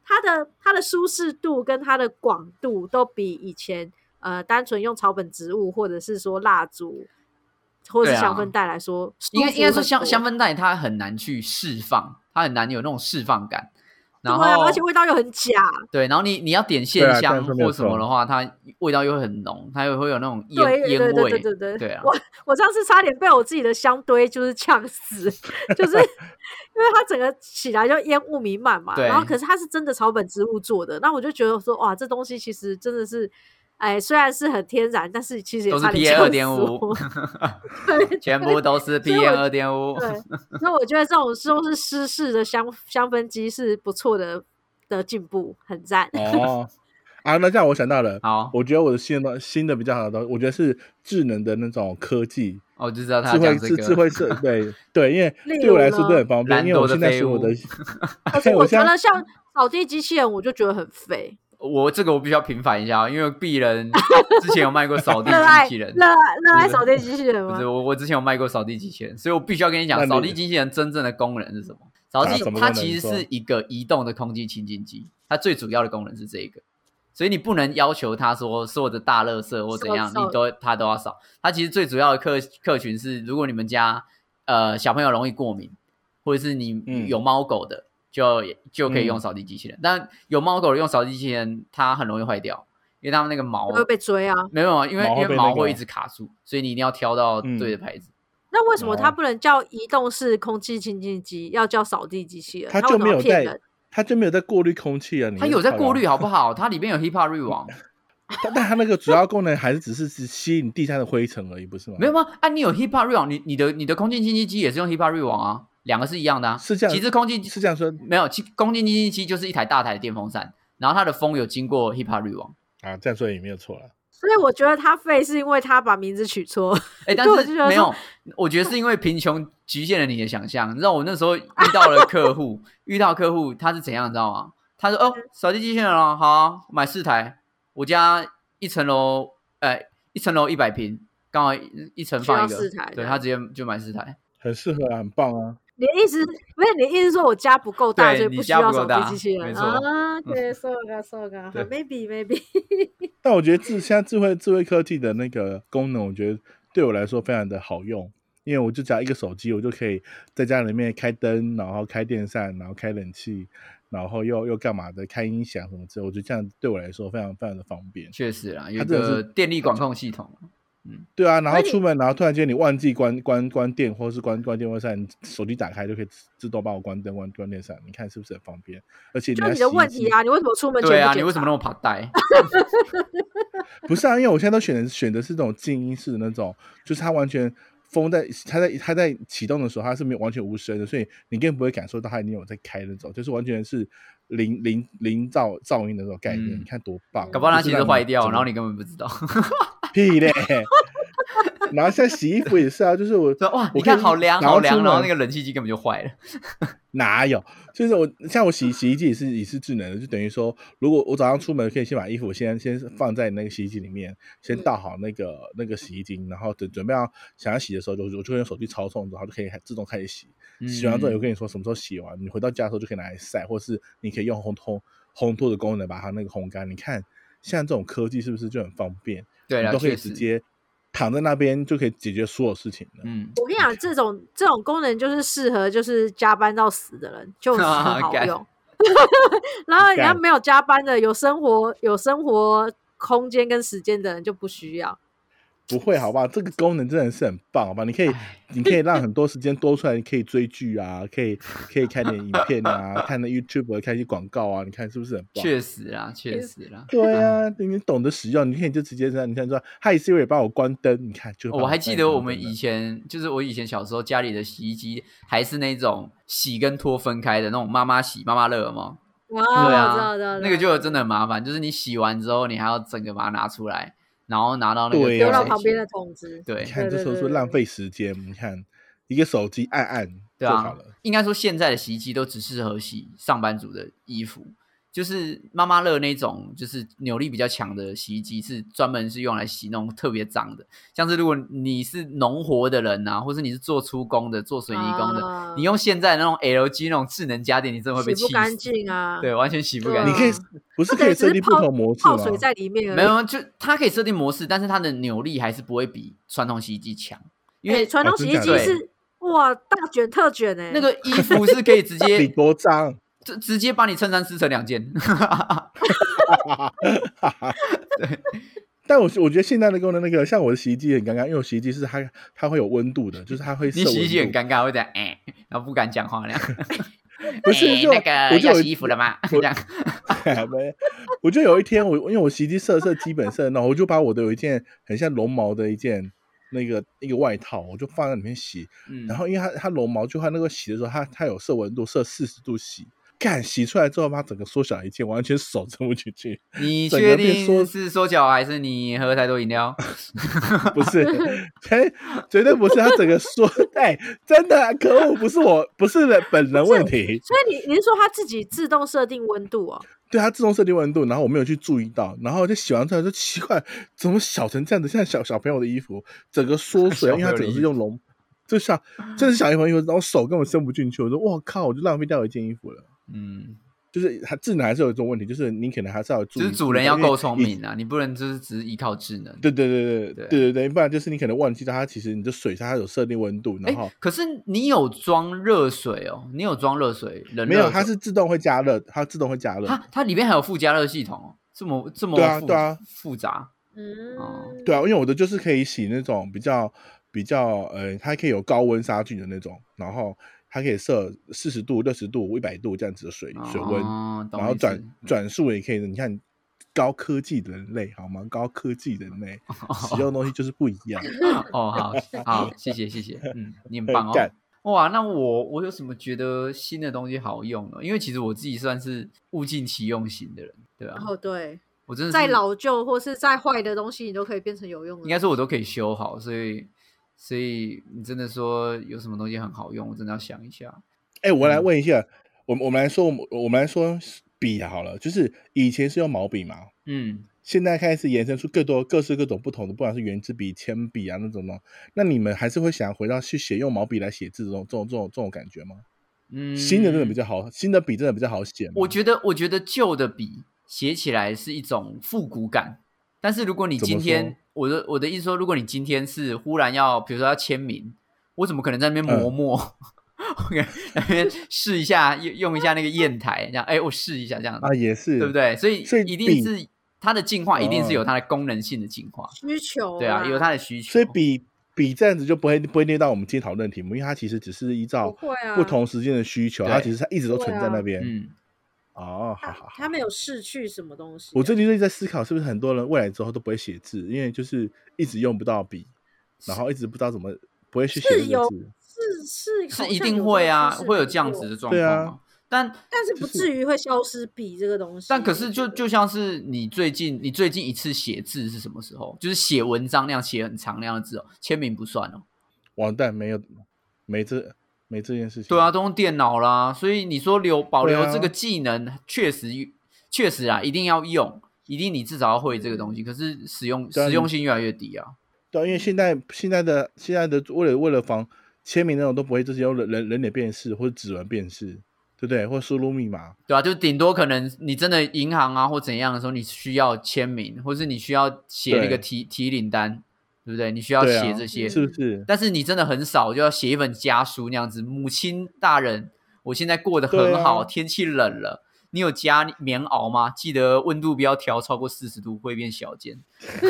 它的它的舒适度跟它的广度都比以前呃单纯用草本植物或者是说蜡烛或者对啊是香氛袋来说，应该舒服应该说很香多香氛袋它很难去释放，它很难有那种释放感。然后对啊，而且味道又很假，对，然后你你要点对线啊这香样说没有或什么错的话，它味道又会很浓，它又会有那种烟对对烟对对味。对对对啊 我我上次差点被我自己的香堆就是呛死，就是因为它整个起来就烟雾弥漫嘛，对然后可是它是真的草本植物做的，那我就觉得说哇，这东西其实真的是。哎，虽然是很天然，但是其实也都是差点 PA 呛二死点五 我。， 对全部都是所以我 PM 二点五。对，所以我觉得这种都是湿式的香香氛机是不错的的进步，很赞。 哦，啊，那这样我想到了，好，我觉得我的新的东新的比较好的东西，我觉得是智能的那种科技，我就知道他智慧讲这智智个。慧设对对，因为例对我如来说呢都很方便，懒因为惰我的现在废是我的物，可对是我我觉现在得像扫地机器人，我就觉得很废。我这个我必须要平反一下哦，因为鄙 人之前有卖过扫地热爱机器人热，爱热爱不是扫地机器人不吗是？我我之前有卖过扫地机器人，所以我必须要跟你那讲，你扫地机器人真正的功能是什么？扫啊地什么它功能其实你说是一个移动的空气清净机，它最主要的功能是这一个，所以你不能要求它说所有的大垃圾或怎样，扫你都它都要扫。它其实最主要的客客群是，如果你们家呃小朋友容易过敏，或者是你嗯有猫狗的，就就可以用嗯扫地机器人。但有猫狗的用扫地机器人，它很容易坏掉，因为它们那个毛会被追啊。没有，因为毛会因为被毛那个会一直卡住，所以你一定要挑到嗯对的牌子。那为什么它哦不能叫移动式空气清净机，要叫扫地机器人？它它就为什没么要有骗在人？，它就没有在过滤空气啊。你它那有在靠过腰滤，啊好不好？它里面有 hip hop 滤网，嗯但但它那个主要功能还是只是只吸引地下的灰尘而已，不是吗？没有吗？啊，你有 hip hop 滤网，你你的你的空气清新机也是用 hip hop 滤网啊，两个是一样的啊。是这样其实空气是这样说没有，其空气清新机就是一台大台的电风扇，然后它的风有经过 hip hop 滤网。啊，这样说也没有错了。所以我觉得它废是因为它把名字取错。 哎，但对我是就觉得没有说，我觉得是因为贫穷局限了你的想象。你知道我那时候遇到了客户，遇到客户他是怎样，你知道吗？他说：“哦，扫地机器人哦，好啊、买四台，我家一层楼，呃，一层楼一百平，刚好一一层放一需个要四台，对的他直接就买四台。很适合啊，很棒啊！你的意思不是你的意思说我家不够大，对所以你需家要不够扫地大机器没人错嗯啊？对，so ga so ga，好对 ，maybe maybe。但我觉得智现在智慧智慧科技的那个功能，我觉得对我来说非常的好用，因为我就只要一个手机，我就可以在家里面开灯，然后开电扇，然后开冷气，然后又又干嘛的，开音响什么之类，我觉得这样对我来说非常非常的方便。确实啦，有一它真的是个电力管控系统。对啊，然后而且出门，然后突然间你忘记关关关电，或是关关电风扇，你手机打开就可以自自动帮我关灯、关关电扇，你看是不是很方便？而且就还你的洗衣问机题啊，你为什么出门前对啊，不你检为什么那查么怕带？不是啊，因为我现在都选的选的是这种静音式的那种，就是它完全风在它在它在启动的时候，它是没有完全无声的，所以你根本不会感受到它已经有在开那种，就是完全是零零零噪噪音的那种概念。嗯你看多棒！搞不好它就其是实让坏 掉，整个然后你根本不知道。 屁嘞。 然后现在洗衣服也是啊，就是我说哇，我你看可以好凉然好后凉，出然后那门个冷气机根本就坏了。哪有？就是我像我洗洗衣机也是也是智能的，就等于说，如果我早上出门可以先把衣服先先放在那个洗衣机里面，先嗯倒好那个那个洗衣精，然后等准备要想要洗的时候，就我就用手机操纵，然后就可以开自动开始洗。洗完之后，嗯有跟你说什么时候洗完，你回到家的时候就可以拿来晒，或是你可以用烘烘烘托的功能把它那个烘干。你看像这种科技是不是就很方便？对你了，都可以确直实，接躺在那边就可以解决所有事情了。嗯，我跟你讲，这种这种功能就是适合就是加班到死的人，就是好啊干用。 然后人家干没有加班的，有生活有生活空间跟时间的人就不需要。不会，好不好？这个功能真的是很棒，好吧？你可以，你可以让很多时间多出来，你可以追剧啊，可以可以看点影片啊，看那 YouTube，看一些广告啊，你看是不是很棒？确实啦，确实啦。对啊，你你懂得使用，你可以就直接这样，你看说，Hi Siri，帮我关灯，你看就帮哦我还记关得灯我们了以前，就是我以前小时候家里的洗衣机还是那种洗跟拖分开的那种，妈妈洗妈妈乐吗？哇，对哦我知道啊我知道，，那个就真的很麻烦，就是你洗完之后，你还要整个把它拿出来，然后拿到那个对丢啊到谁旁边的桶子。你对看这对时候是对对浪对费时间，你看一个手机按按对就好啊了，，应该说现在的洗衣机都只适合洗上班族的衣服，就是妈妈乐那种，就是扭力比较强的洗衣机是专门是用来洗那种特别脏的，像是如果你是农活的人啊，或是你是做粗工的、做水泥工的，啊你用现在那种 LG 那种智能家电，你真的会被洗气不干死。净啊！对，完全洗不对干啊你净。可以不是它可以只设是定不泡同模式泡水吗？在里面而已。啊没有，就它可以设定模式，但是它的扭力还是不会比传统洗衣机强，因哎为传统哦洗真衣假机的是哇大卷特卷哎，那个衣服是可以直 你接多脏，直直接把你衬衫撕成两件。但我我觉得现在的功能那个，像我的洗衣机很尴尬，因为我洗衣机是它它会有温度的，就是 它会你设洗衣温机很度尴尬，会这样哎、然后不敢讲话那样。 不是哎就那个我就要有洗衣服了吗？这我 样没，我就有一天我因为我洗衣机设设基本设，然后我就把我的有一件很像绒毛的一件那个一个外套，我就放在里面洗，嗯，然后因为它它绒毛就它那个洗的时候，它它有设温度，设四十度洗。干洗出来之后，把它整个缩小一件，完全手伸不 进去。你整确个变缩定是缩脚还是你喝太多饮料？不是，绝绝对不是，它整个缩， 哎，真的、可恶，不是我，不是人本人问题，所以你你是说它自己自动设定温度哦？对它自动设定温度，然后我没有去注意到，然后就洗完之后就奇怪，怎么小成这样子？像小小朋友的衣服，整个缩 水，小因为它朋友的整个衣是用绒，就像真的是小朋友衣服，然后手根本伸不进去，我说我靠，我就浪费掉一件衣服了。嗯，就是它智能还是有一种问题，就是你可能还是要注就意是主人智要能够聪。因为以明啊，你不能就是只是依靠智能。对对对对对对对对，不然就是你可能忘记到它其实你的水它有设定温度，然后哎，可是你有装热水哦，你有装热水，冷没有热它水是自动会加热，它自动会加热。它它里面还有附加热系统哦，这么这么对啊复对啊复杂，嗯，对啊，因为我的就是可以洗那种比较比较呃，它可以有高温杀菌的那种，然后它可以设四十度、六十度、一百度这样子的水水温，哦懂然后意思转转速也可以的。你看高科技人类好吗？高科技人 类使用的东西就是不一样。哦，好 好，谢谢谢谢，嗯，你很很棒哦干。哇，那我我有什么觉得新的东西好用呢？因为其实我自己算是物尽其用型的人，对吧、然后对，我真的再是老旧或是再坏的东西，你都可以变成有用的。应该说我都可以修好，所以所以你真的说有什么东西很好用，我真的要想一下。哎、我来嗯问一下，我们我们来说，我们我们来说笔好了，就是以前是用毛笔嘛，嗯，现在开始延伸出更多各式各种不同的，不管是圆珠笔、铅笔啊那种的，那你们还是会想回到去写用毛笔来写字这种这种这种这种感觉吗？嗯，新的真的比较好，新的笔真的比较好写吗？我觉得，我觉得旧的笔写起来是一种复古感，但是如果你怎么今说天，我的我的意思说，如果你今天是忽然要，比如说要签名，我怎么可能在那边嗯磨墨？我可能在那边试一下，用用一下那个砚台，这样，哎，我试一下这样，啊也是，对不？对？所以所以一笔嗯定是它的进化，一定是有它的功能性的进化，需求对啊，啦有它的需求。所以笔笔这样子就不会不会列到我们今天讨论的题目，因为它其实只是依照不会啊不同时间的需求，对它其实它一直都存在对那啊边。嗯，哦，好它好好。它没有逝去什么东西啊。我最近就在思考，是不是很多人未来之后都不会写字，因为就是一直用不到笔，然后一直不知道怎么不会去写是这个有字。是是好是一像定有会这个啊，趋势会有没这样错子的状对况啊啊。但但是不就是至于会消失笔这个东西。但可是就我觉得就像是你最近你最近一次写字是什么时候？就是写文章那样写很长那样的字哦，签名不算哦。完蛋，没有没这没这件事情。对啊，，都用电脑啦，所以你说留保对留啊这个技能，确实确实啊，一定要用，一定你至少要会这个东西。可是使用对啊实用性越来越低啊。对啊，因为现在现在的现在的为了为了防签名那种都不会直接用人人人脸辨识或者指纹辨识，对不对？或输入密码。对啊，就顶多可能你真的银行啊或怎样的时候，你需要签名，或是你需要写那对个提提领单，对不对？你需要对啊写这些，是不是？但是你真的很少，就要写一本家书那样子。母亲大人，我现在过得很好，对啊天气冷了，你有加棉袄吗？记得温度不要调超过四十度，会变小 件。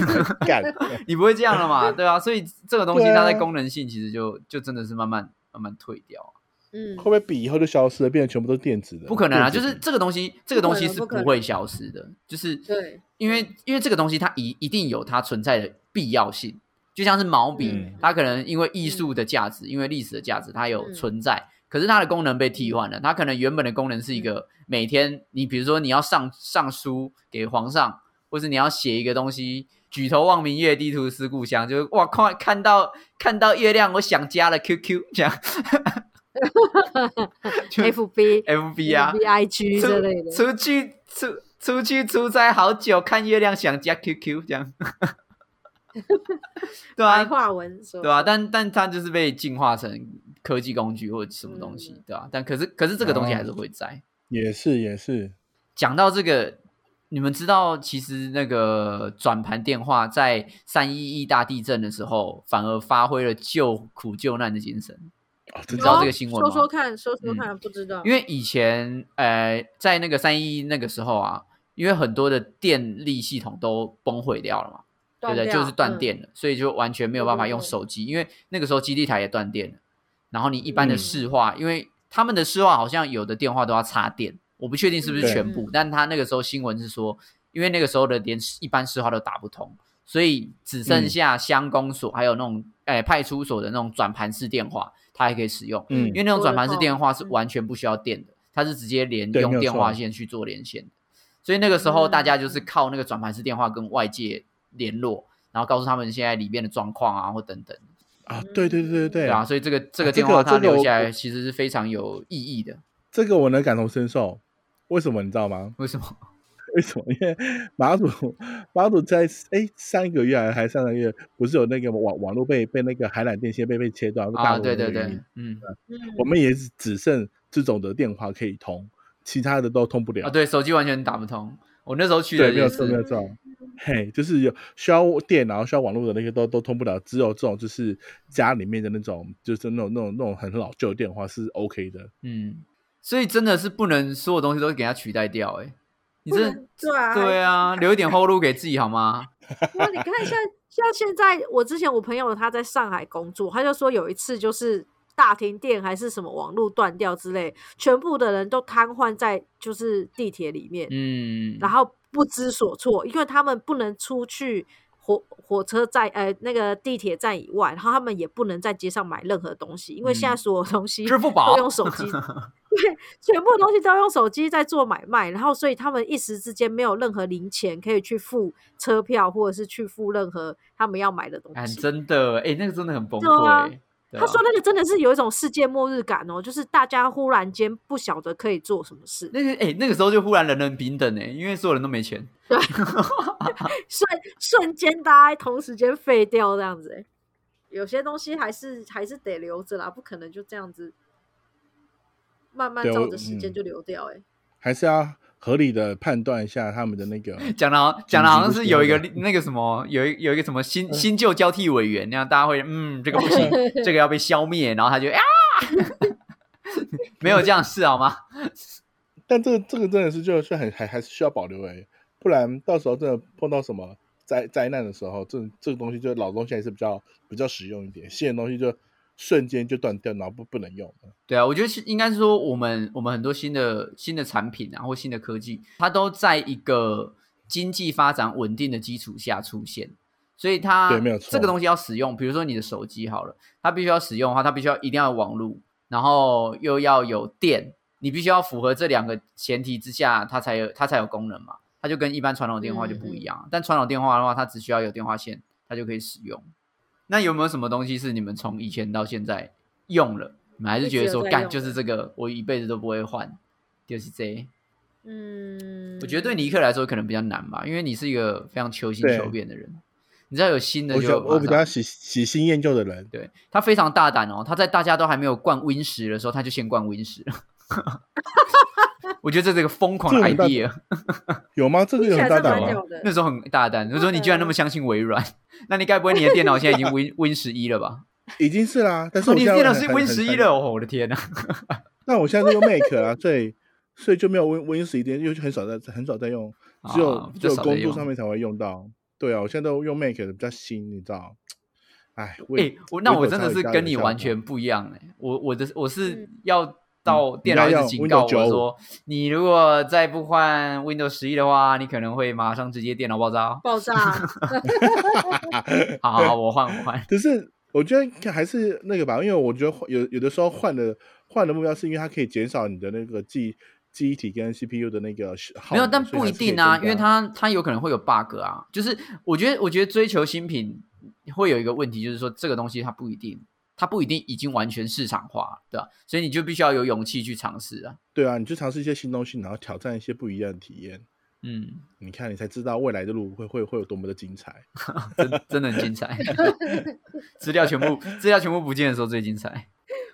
干，你不会这样了嘛？对啊，所以这个东西对啊它在功能性其实就就真的是慢慢慢慢退掉，嗯会不，会笔以后就消失了，变成全部都是电子的？不可能啊！就电子是笔这个东西，这个东西是不可能不会消失的，就是对，因为因为这个东西它一一定有它存在的必要性，就像是毛笔，嗯它可能因为艺术的价值，因为历史的价值，它有嗯存在，可是它的功能被替换了，它可能原本的功能是一嗯个每天你比如说你要上上书给皇上，或是你要写一个东西。举头望明月，低头思故乡，就是哇，看看到看到月亮，我想家了，QQ 这样 就 F B ，F B 啊 B I G 出之类的，出去出出去出差好久，看月亮想加 QQ 这样。 对白啊，话文说对啊，但但它就是被进化成科技工具或者什么东西，嗯对啊，但可是可是这个东西哦还是会在。也是也是，讲到这个，你们知道，其实那个转盘电话在三一一大地震的时候，反而发挥了救苦救难的精神。哦，你知真的道哦这个新闻说吗说看，说说嗯看，不知道，因为以前呃，在那个三一那个时候啊，因为很多的电力系统都崩毁掉了嘛，对断不对？掉嗯就是嗯断，电了，所以就完全没有办法对对用对手机，因为那个时候基地台也断电了。然后你一般的嗯市话，因为他们的市话好像有的电话都要插电，我不确定是不是嗯全部，但他那个时候新闻是说，因为那个时候的连一般市话都打不通，所以只嗯剩下乡公所还有那种哎、派出所的那种转盘式电话，它还可以使用。嗯因为那种转盘式电话是嗯完全不需要电的，它是直接连对没用有电话错线去做连线的。所以那个时候嗯大家就是靠那个转盘式电话跟外界联络，然后告诉他们现在里面的状况啊，或等等，啊，对对对对对对啊，所以这个这个啊这电个话它这个我留下来其实是非常有意义的。这个我能感同身受。为什么你知道吗？为什么？为什么？因为 马祖马祖在哎上一个月还还上个月，不是有那个网网络被被那个海缆电线被被切断，大啊，陆对那对个原对因，嗯，嗯我们也只只剩这种的电话可以通。其他的都通不了。啊，对，手机完全打不通。我那时候去的对，没有也错，没有是，错。嘿，就是有需要电，然后需要网络的那些都都通不了，只有这种就是家里面的那种，就是那种那种那种很老旧的电话是 OK 的。嗯，所以真的是不能所有东西都给它取代掉、欸，哎，你不这能对啊，对 啊，留一点后路给自己好吗？哇，你看像像现在，我之前我朋友他在上海工作，他就说有一次就是大停电还是什么网络断掉之类，全部的人都瘫痪在就是地铁里面，嗯，然后不知所措，因为他们不能出去火火车站呃那个地铁站以外，然后他们也不能在街上买任何东西，因为现在嗯所有东西支付 都宝用手 机全部东西都用手机在做买卖，然后所以他们一时之间没有任何零钱可以去付车票，或者是去付任何他们要买的东哎，西。真的，哎、那个真的很崩对啊溃、对他啊说那个真的是有一种世界末日感哦，就是大家忽然间不晓得可以做什么事，那个，哎、那个时候就忽然人人平等、欸，哎，因为所有人都没钱。瞬瞬间大家同时间废掉这样子、哎有些东西还是还是得留着啦，不可能就这样子慢慢对照我着时嗯间就流掉、哎、还是要合理的判断一下他们的那个讲的好，讲的好像是有一个紧那个什么，有一有一个什么新新旧交替委员那样，大家会嗯，这个不行，这个要被消灭，然后他就啊， 没有这样事好吗？但这个这个真的是就是很还还是需要保留哎、不然到时候真的碰到什么灾灾难的时候，这这个东西就老东西还是比较比较实用一点，新的东西就瞬间就断掉，然后不不能用了。对啊，我觉得是应该是说我们我们很多新的新的产品啊，或新的科技，它都在一个经济发展稳定的基础下出现，所以它对没有错这个东西要使用，比如说你的手机好了，它必须要使用的话，它必须要一定要有网络，然后又要有电，你必须要符合这两个前提之下，它才有它才有功能嘛，它就跟一般传统电话就不一样，啊但传统电话的话，它只需要有电话线，它就可以使用。那有没有什么东西是你们从以前到现在用了，你们还是觉得说一直有在干用就的是这个，我一辈子都不会换，就是这嗯，我觉得对尼克来说可能比较难吧，因为你是一个非常求新对求变的人，你知道有新的我就比较我马比上较喜喜新厌旧的人，对他非常大胆哦，他在大家都还没有灌 Win 十的时候，他就先灌 Win 十了。 我觉得这是一个疯狂的这很大啊 idea，有吗？这个听有起很来大是胆蛮吗？屌的那。时候很大胆。就说你居然那么相信微软， 那你该不会你的电脑现在已经 Win Win 十一了吧？已经是啦，但是哦我你的现在电脑很是很 Win 很十一很了哦，我的天呐！那我现在在用 Mac 啊，所以所以就没有 Win Win 十一点，因为就很少在很少在用，只有、啊比只较有少在工作用上面才会用到。对啊，我现在都用 Mac 的比较新，你知道？哎，哎、为我那为我狗真的差是点跟你吓完到全不一样哎、我我的我是嗯要到电脑你一要直警用告我 Windows 95说，你如果再不换 Windows 十一的话，你可能会马上直接电脑爆炸哦。爆炸， 好好好，我换我 换。只是我觉得还是那个吧，因为我觉得换有有的时候换的换的目标是因为它可以减少你的那个记记忆体跟 CPU 的那个是耗没有，能但所以不还一是可以定啊，增因为加它它有可能会有 bug 啊。就是我觉得，我觉得追求新品会有一个问题，就是说这个东西它不一定，它不一定已经完全市场化，对吧、所以你就必须要有勇气去尝试啊。对啊，你去尝试一些新东西，然后挑战一些不一样的体验，嗯，你看你才知道未来的路会会会有多么的精彩。真真的很精彩。 资料全部资料全部不见的时候最精彩。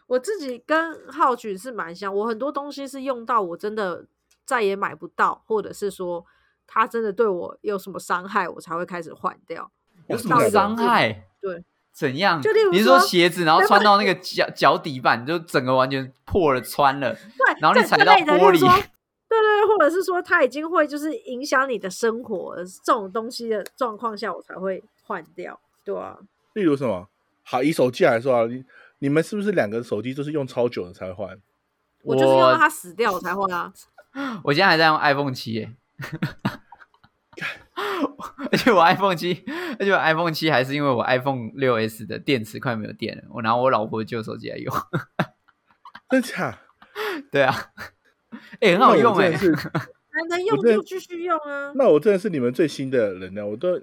我自己跟浩俊是蛮像，我很多东西是用到我真的再也买不到，或者是说它真的对我有什么伤害，我才会开始换掉。有哇什这么个伤害？对，怎样？就例如你是说说鞋子，然后穿到那个脚脚底板，就整个完全破了穿了，对，然后你这踩这到类的玻例 如璃说对对对，或者是说它已经会就是影响你的生活了这种东西的状况下，我才会换掉。对啊，例如什么？好，以手机来说啊，你你们是不是两个手机都是用超久了才换？我就是用到它死掉我才换 啊。我现在还在用 iPhone 七耶， 而且我 iPhone 七，而且我 iPhone 七还是因为我 iPhone 六 S 的电池快没有电了，我拿我老婆旧手机来用。 真假？对啊，哎、很好用哦那我哎、真的是，还能用我真的就继续用嗯啊。那我真的是你们最新的人了。我都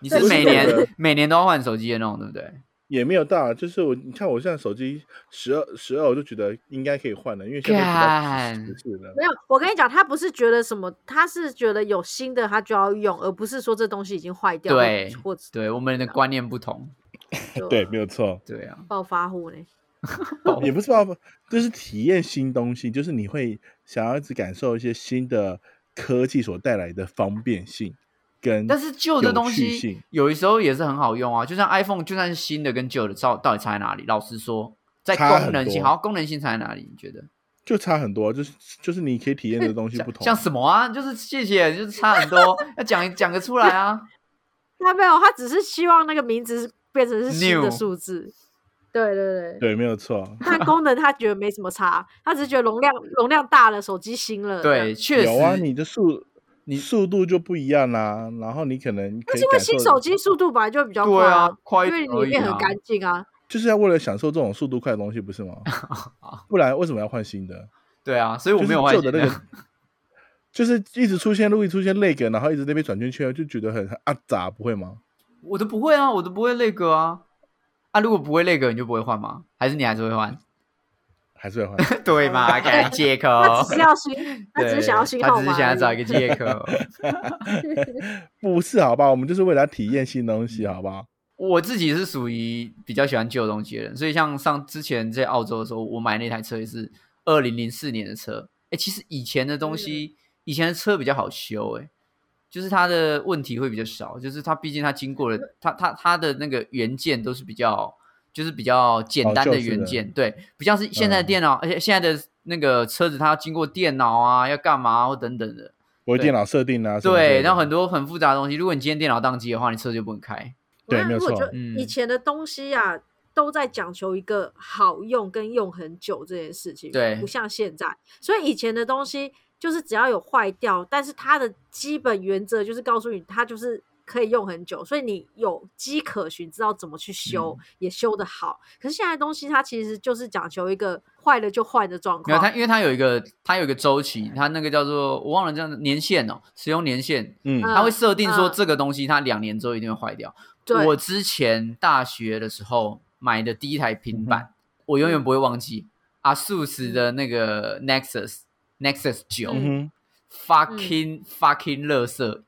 你我是是每那年个每年都要换手机的那种，对不对？也没有大，就是我你看我现在手机十二十二，我就觉得应该可以换了，因为现在都干比较时了。没有，我跟你讲，他不是觉得什么，他是觉得有新的他就要用，而不是说这东西已经坏掉，对或者对，我们的观念不同，就 对，没有错。对啊，暴发户呢？ 也不是报复，就是体验新东西，就是你会想要一直感受一些新的科技所带来的方便性跟但是旧的有东趣性西有的时候也是很好用啊，就像 iPhone，就算是新的跟旧的，到到底差在哪里？老实说，在差很功能性，多好，功能性差在哪里？你觉得？就差很多，就是就是你可以体验的东西像不同。像什么啊？就是谢谢，就是差很多，要讲讲个出来 啊。他没有，他只是希望那个名字是变成是新 New 的数字。对对对，对，没 有错。但功能他觉得没什么差，他只是觉得容量容量大了，手机新了。这对，样，确实有啊，你的速你速度就不一样啦、然后你可能可但以是因为感新受手机速度本来就比较对快啊，，快一因点为而里已面很啊。干净啊。就是要为了享受这种速度快的东西，不 是吗？不然为什么要换新的？对啊，所以我就是没有换旧的那个， 就是一直出现路，一直出现那个，然后一直在那边转圈圈，就觉得很很啊杂，不会吗？我都不会啊，我都不会那个啊。啊，如果不会那个，你就不会换吗？还是你还是会换？ 还是会换。对 嘛，给他借口。他只是要新，他只是想要哦对新他号只是码想要而已。啊找一个借口。不是，好吧，我们就是为了体验新东嗯西，好不好？我自己是属于比较喜欢旧东西的人，所以像上之前在澳洲的时候，我买那台车也是二零零四年的车。哎、其实以前的东西，以前的车比较好修、诶哎，就是它的问题会比较少，就是它毕竟它经过了，它它它的那个元件都是比较，就是比较简单哦的嗯就是的元件，对，不像是现在的电脑，而且现在的那个车子它要经过电脑啊，要干嘛、或等等的，我对电脑设定啊，什么之类对，的然后很多很复杂的东西，如果你今天电脑宕机的话，你车就不能开，对那没有如果错就嗯以前的东西啊，都在讲求一个好用跟用很久这件事情，对不像现在。所以以前的东西就是只要有坏掉，但是它的基本原则就是告诉你，它就是。可以用很久，所以你有迹可循，知道怎么去修，嗯也修得好。可是现在的东西，它其实就是讲求一个坏了就坏的状没有况。它，因为它有一个它有一个周期，它那个叫做我忘了叫年限哦，使用年限，嗯嗯它会设定说嗯这个东西它两年之后一定会坏掉。对我之前大学的时候买的第一台嗯平板，我永远不会忘记阿素斯的那个 Nexus Nexus 九、嗯哼， fucking fucking 乐色，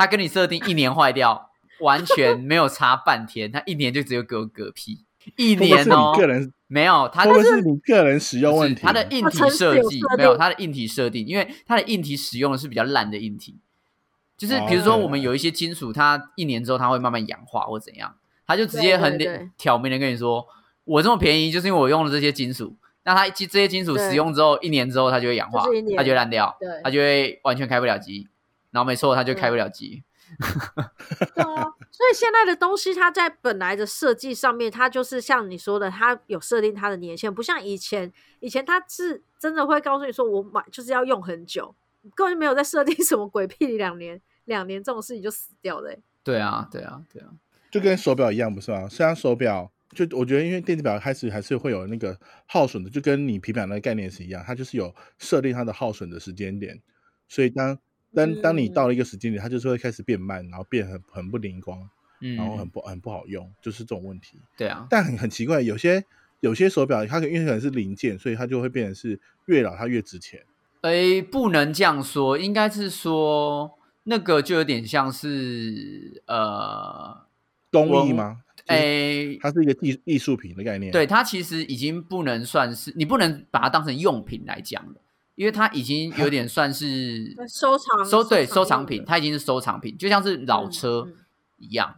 它跟你设定一年坏掉，完全没有差半天，它一年就只有给我嗝屁，一会不会年是哦你，个人，没有它会不会是你个人使用不问是题？啊它的硬它体程式设有计设没有定它的硬体设定，因为它的硬体使用的是比较烂的硬体，就是比如说哦我们有一些金属，它一年之后它会慢慢氧化或怎样，它就直接对很对对挑明的跟你说，我这么便宜就是因为我用了这些金属，那它这这些金属对使用之后一年之后它就会氧化就是一，年它就会烂掉，对它就会完全开不了机，然后没错它就开不了机，对啊， 所以现在的东西，它在本来的设计上面，它就是像你说的，它有设定它的年限，不像以前，以前它是真的会告诉你说，我买就是要用很久，根本就没有在设定什么鬼屁两年，两年这种事情就死掉了欸、对啊对啊对啊，就跟手表一样，不是吗？虽然手表就我觉得，因为电子表开始还是会有那个耗损的，就跟你平板那个概念是一样，它就是有设定它的耗损的时间点，所以当当当你嗯到了一个时间点，它就是会开始变慢，然后变很很不灵光，然后哦很嗯不很不好用，就是这种问题。对啊但很很奇怪，有些有些手表它可因为可能是零件，所以它就会变成是越老它越值钱。诶，哎不能这样说，应该是说那个就有点像是呃，工艺吗？就是诶，它是一个艺艺术品的概念。哎啊对，它其实已经不能算是，你不能把它当成用品来讲了，因为它已经有点算是 收藏收对收藏藏用品，的它已经是收藏品，就像是老嗯车嗯一样，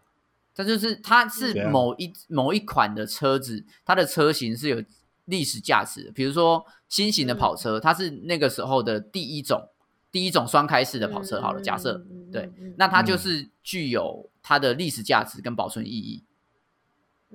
它就是它怎是样某一某一款的车子，它的车型是有历史价值的，比如说新嗯型的跑车，它是那个时候的第一种第一种双开式的跑车，好了，假设，对，嗯嗯嗯嗯嗯那它就嗯是具有它的历史价值跟保存意义，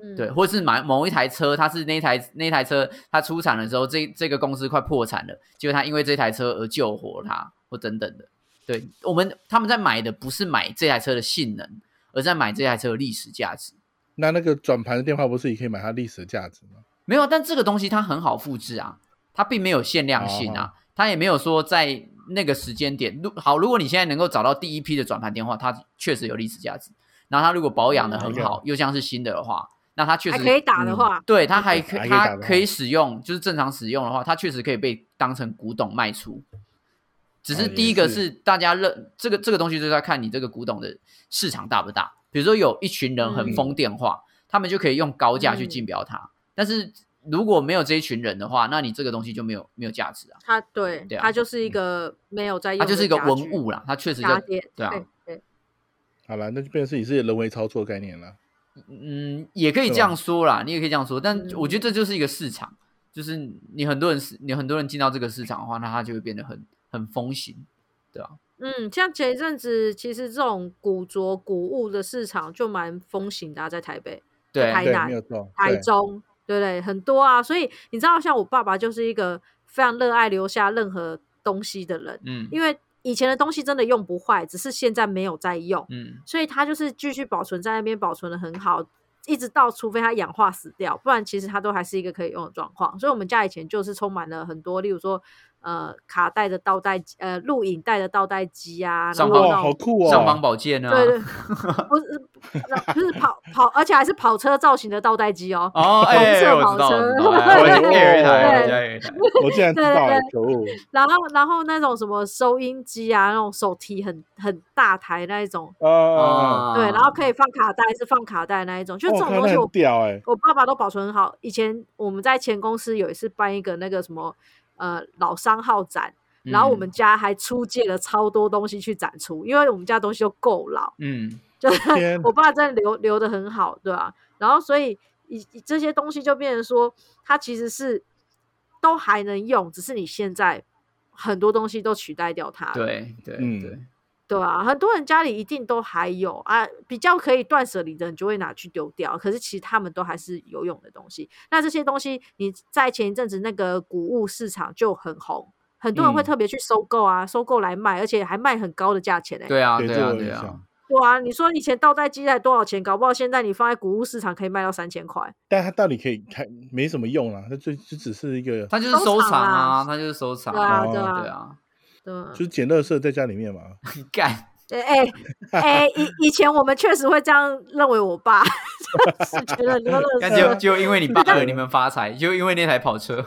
嗯对，或者是买某一台车，它是那一台那一台车它出厂的时候，这这个公司快破产了，结果它因为这台车而救活它，或等等的。对我们他们在买的不是买这台车的性能，而在买这台车的历史价值。那那个转盘的电话不是也可以买它历史的价值吗？没有，但这个东西它很好复制啊，它并没有限量性哦啊，它也没有说在那个时间点。如好，如果你现在能够找到第一批的转盘电话，它确实有历史价值。然后它如果保养的很好，又像是新的的话，那它确实嗯还可以打的嗯话，对它还可还可以打它的话可以使用，就是正常使用的话，它确实可以被当成古董卖出。只哦是也第一个是是大家认这个这个东西，就是要看你这个古董的市场大不大。比如说有一群人很嗯疯电话，他们就可以用高价去嗯竞标它。但是如果没有这一群人的话，那你这个东西就没有没有价值啊，它对对啊它就是一个没有在用它的就是一个家文具物啦，它确实家叫电，对啊对，好了，那就变成是也是人为操作概念了。嗯，也可以这对吧样说啦，你也可以这样说，但我觉得这嗯就是一个市场，就是你很多人是，你很多人进到这个市场的话，那它就会变得很很风行，对啊，嗯，像前一阵子，其实这种古着古物的市场就蛮风行的、啊，在台北、对台对，南没有错。台对中，对不对？很多啊，所以你知道，像我爸爸就是一个非常热爱留下任何东西的人，嗯因为以前的东西真的用不坏，只是现在没有在用，嗯，所以他就是继续保存在那边，保存的很好。一直到除非它氧化死掉，不然其实它都还是一个可以用的状况。所以我们家以前就是充满了很多，例如说，呃，卡带的倒带机，呃，录影带的倒带机啊，然上后方那哇，种好酷尚方哦！宝剑啊，对 对，不是不是跑跑，而且还是跑车造型的倒带机哦。哦， 哎、色我跑知道，我知道，车哎我对也有一台，我对家有一台，我竟然知道了，可恶！然后然后那种什么收音机啊，那种手提很很大台那一种，嗯啊，对，然后可以放卡带，是放卡带那一种，就这哇种看东那西我很屌 哎，我爸爸都保存很好。以前我们在前公司有一次办一个那个什么呃老商号展，然后我们家还出借了超多东西去展出，因为我们家东西都够老。 嗯，嗯，就是天我爸真的留留的很好，对吧、啊然后所以以以这些东西就变成说，它其实是都还能用，只是你现在很多东西都取代掉它了，对对嗯对，对啊，很多人家里一定都还有啊，比较可以断舍离的人就会拿去丢掉，可是其实他们都还是有用的东西。那这些东西你在前一阵子那个谷物市场就很红。很多人会嗯特别去收购啊，收购来卖，而且还卖很高的价钱呢、欸对啊对对这啊我有对印啊象，对啊，你说以前倒带机才多少钱？搞不好现在你放在谷物市场可以卖到三千块。但它到底可以开没什么用啦，它就就只是一个，它就是收收藏藏啊啊，它就是收藏对啊，哦对对啊，啊，对啊就。是捡垃圾在家里面嘛。干，哎哎哎，以以前我们确实会这样认为，我爸是觉得你干就垃圾。就因为你 爸和你们发财，就因为那台跑车，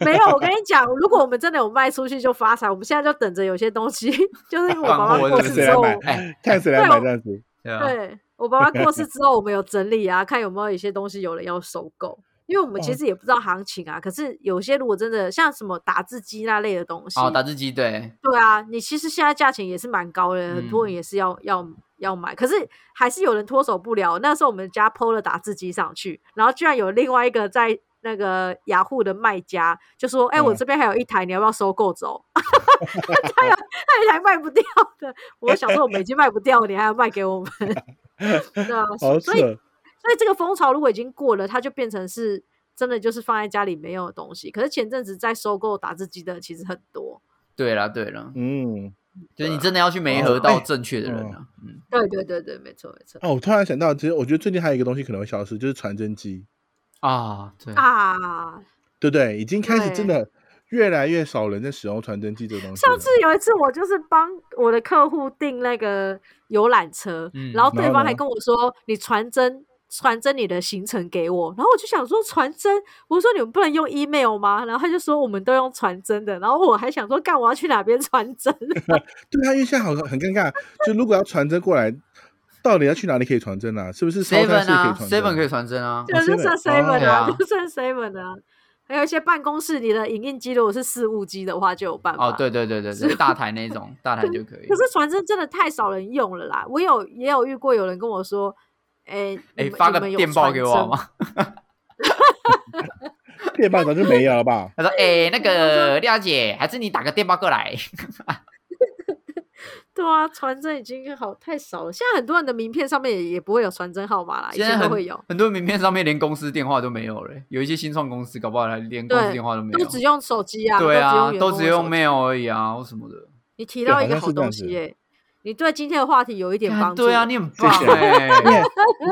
没有，我跟你讲，如果我们真的有卖出去就发财，我们现在就等着有些东西，就是我爸爸放货过是世不是之后，看谁来哎，看谁来对哦买我这样子？对啊，对我爸爸过世之后，我们有整理啊，看有没有一些东西有人要收购。因为我们其哦哇实也不知道行情啊，可是有些如果真的像什么打字机那类的东西，哦，打字机，对，对啊，你其实现在价钱也是蛮高的，很多人嗯也是要、要要买，可是还是有人脱手不了。那时候我们家 PO 了打字机上去，然后居然有另外一个在那个雅虎的卖家就说：“哎、我嗯这边还有一台，你要不要收购走？” 他有他有一台卖不掉的，我想说我们已经卖不掉，你还要卖给 我们？对啊，好所扯，以所以这个风潮如果已经过了，它就变成是真的就是放在家里没用的东西。可是前阵子在收购打字机的其实很多，对了对啊了，嗯。就是你真的要去哦媒合哎到正确的人啊，嗯，对对对对，没错没错。哦，我突然想到，其实我觉得最近还有一个东西可能会消失，就是传真机，啊，对，嗯啊！对不对？已经开始真对的越来越少人在使用传真机这个东西了。上次有一次，我就是帮我的客户订那个游览车，嗯然后然对后方呢还跟我说：“你传真传真你的行程给我。”然后我就想说传真，我说你们不能用 email 吗？然后他就说我们都用传真的。然后我还想说，干我要去哪边传真？对啊，因为现在好像很尴尬，就如果要传真过来，到底要去哪里可以传真啊？是不是超商 seven 是可以啊传真，seven 可以传真啊，就真是的剩哦 seven 对啊，啊就剩 seven 啊。还有一些办公室里的影印机，如果是事务机的话，就有办法。哦，对对对对对，大台那种，大台就可以可。是传真真的太少人用了啦，我有也有遇过有人跟我说，哎、哎，你们发个你们有电报给我传好真吗？电报早就没有了吧？他说：“哎、那啊个廖姐，还是你打个电报过来。 对啊，传真已经好太少了，现在很多人的名片上面也也不会有传真号码啦，以现在前都很会有，很多名片上面连公司电话都没有了，有一些新创公司搞不好还连公司对电话都没有。都只用手机啊，对啊，都都只只用用员工的手机 mail 而已啊，或什么的。你提对到好一个像好是这样东西子耶、你对今天的话题有一点干帮助。对啊，你很棒谢谢哎、因为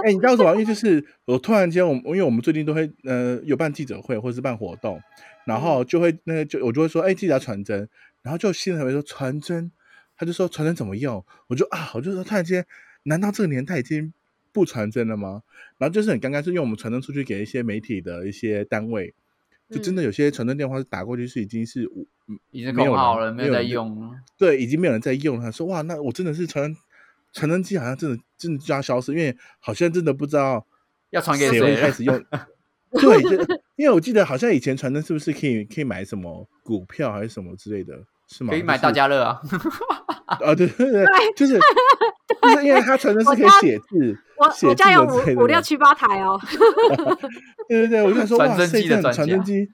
哎、你知道为什么？因为就是我突然间，我们因为我们最近都会呃有办记者会或者是办活动，然后就会那个就我就会说，哎、记者要传真，然后就新人会说传真，他就说传真怎么用？我就啊，我就说突然间，难道这个年代已经不传真了吗？然后就是很尴尬，是因为我们传真出去给一些媒体的一些单位，就嗯真的有些传真电话是打过去是已经是五已经没有搞了好了，没有没有在人用了。对，已经没有人在用了。说哇，那我真的是传传真机，好像真的真的就要消失，因为好像真的不知道要传给会谁 开了？始用。对，就因为我记得好像以前传真是不是可以可以买什么股票还是什么之类的，是吗？可以买就大是家乐啊， 啊，对对 对，就是就是因为它传真是可以我家写字，我我写家字有的之类五的五六七八台哦，对对对，我就想说， 传哇真塞，机的这专传真家 机，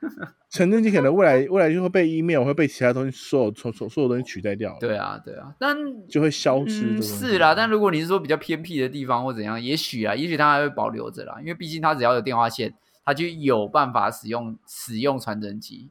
传真机可能未来未来就会被 email 会被其他东西所有所所所有东西取代掉，，对啊，对啊，但就会消失这个嗯东西。啊是啦，但如果你是说比较偏僻的地方或怎样，也许啊，也许它还会保留着啦，因为毕竟它只要有电话线，它就有办法使用使用传真机，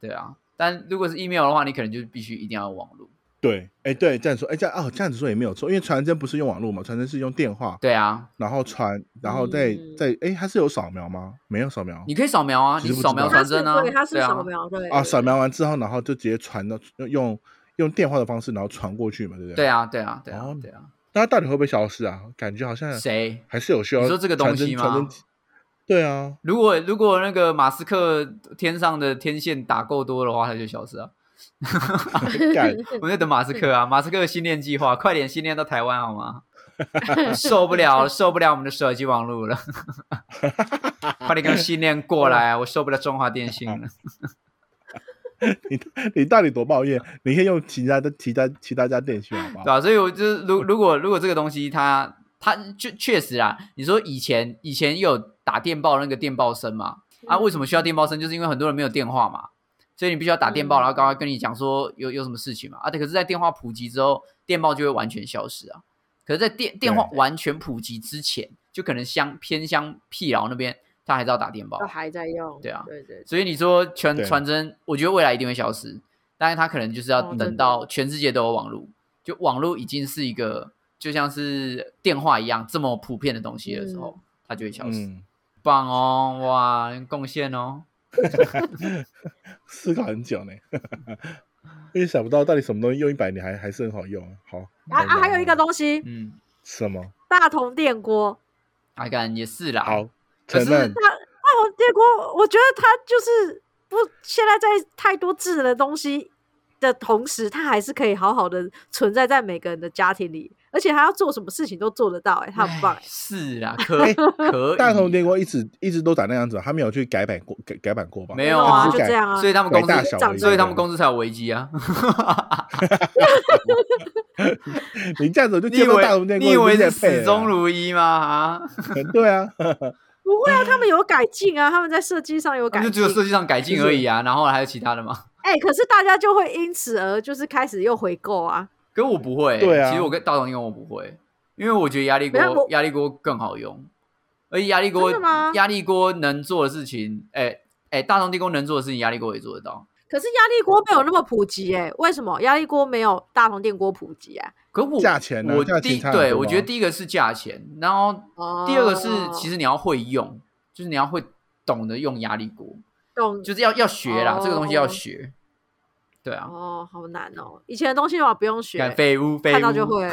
对啊。但如果是 email 的话，你可能就必须一定要有网络，对，哎对，这样说，哎这样哦这样子说也没有错，因为传真不是用网络嘛，传真是用电话，对啊，然后传，然后再嗯再哎它是有扫描吗？没有扫描你可以扫描啊，哦其你实不扫知描道它传是真啊，对，它是对啊扫，描对啊，扫描完之后，然后就直接传到用用用电话的方式，然后传过去嘛，对不对？对。啊，对啊，对啊哦，对啊，那它到底会不会消失啊？感觉好像谁？还是有需要你说这个传东真西传吗真机对 啊，如果如果那个马斯克天上的天线打够多的话，它就消失啊。干我们在等马斯克啊，马斯克的新恋计划，快点新恋到台湾好吗？受不了，受不了我们的手机网络了， 快点跟新恋过来啊！我受不了中华电信了。你你到底多抱怨？你可以用其他的其他其他家电器好不对 好？吧、所以我就是如如果如果这个东西它它确确实啊，你说以前以前有打电报那个电报声嘛，嗯啊，为什么需要电报声？就是因为很多人没有电话嘛，所以你必须要打电报，嗯然后刚刚跟你讲说有有什么事情嘛，啊，对，可是，在电话普及之后，电报就会完全消失啊。可是，在电电话完全普及之前，就可能乡偏乡僻壤那边，他还是要打电报都，还在用，对啊对对，所以你说全对传真，我觉得未来一定会消失，但是它可能就是要哦真等的到全世界都有网络，就网络已经是一个就像是电话一样这么普遍的东西的时候，它就会消失。嗯，棒哦，哇，贡献哦，思考很久呢， 因为想不到到底什么东西用一百年还还是很好用啊。好啊啊，还有一个东东西，嗯，什么？大同电锅，阿甘也是啦，好，啊可承是认大同电锅，我觉得它就是不现在在太多智能的东西的同时，它还是可以好好的存在在每个人的家庭里，而且它要做什么事情都做得到、哎，它很棒、唉哎，是啦，可以可以，大同电锅一直一直都长那样子，啊他没有去改版过改改版过吧？没有啊啊，只就是改这样啊，所以他们公改大司小长而已，所以他们公司才有危机啊！你这样 子我就你以见不到为大同电锅，你以为就是在配啊始了终如一吗？啊，对啊，不会啊，他们有改进啊，他们在设计上有改就只有进，设计上改进就是而已啊，然后还有其他的吗？哎、可是大家就会因此而就是开始又回购啊，可我不会欸、对啊其实我跟大同电锅我不会，因为我觉得压力没有锅我压力锅更好用，而且压力锅真的吗压力锅能做的事情，哎、哎、大同电锅能做的事情，压力锅也做得到。可是压力锅没有那么普及、哎，为什么压力锅没有大同电锅普及啊？可我价钱呢我价第钱差很对多我吗觉得第一个是价钱，然后哦第二个是其实你要会用，就是你要会懂得用压力锅，懂就是要要学啦，这个东西要哦学。对啊，哦，好难哦，以前的东西的话不用学，干废物废物，看到就会。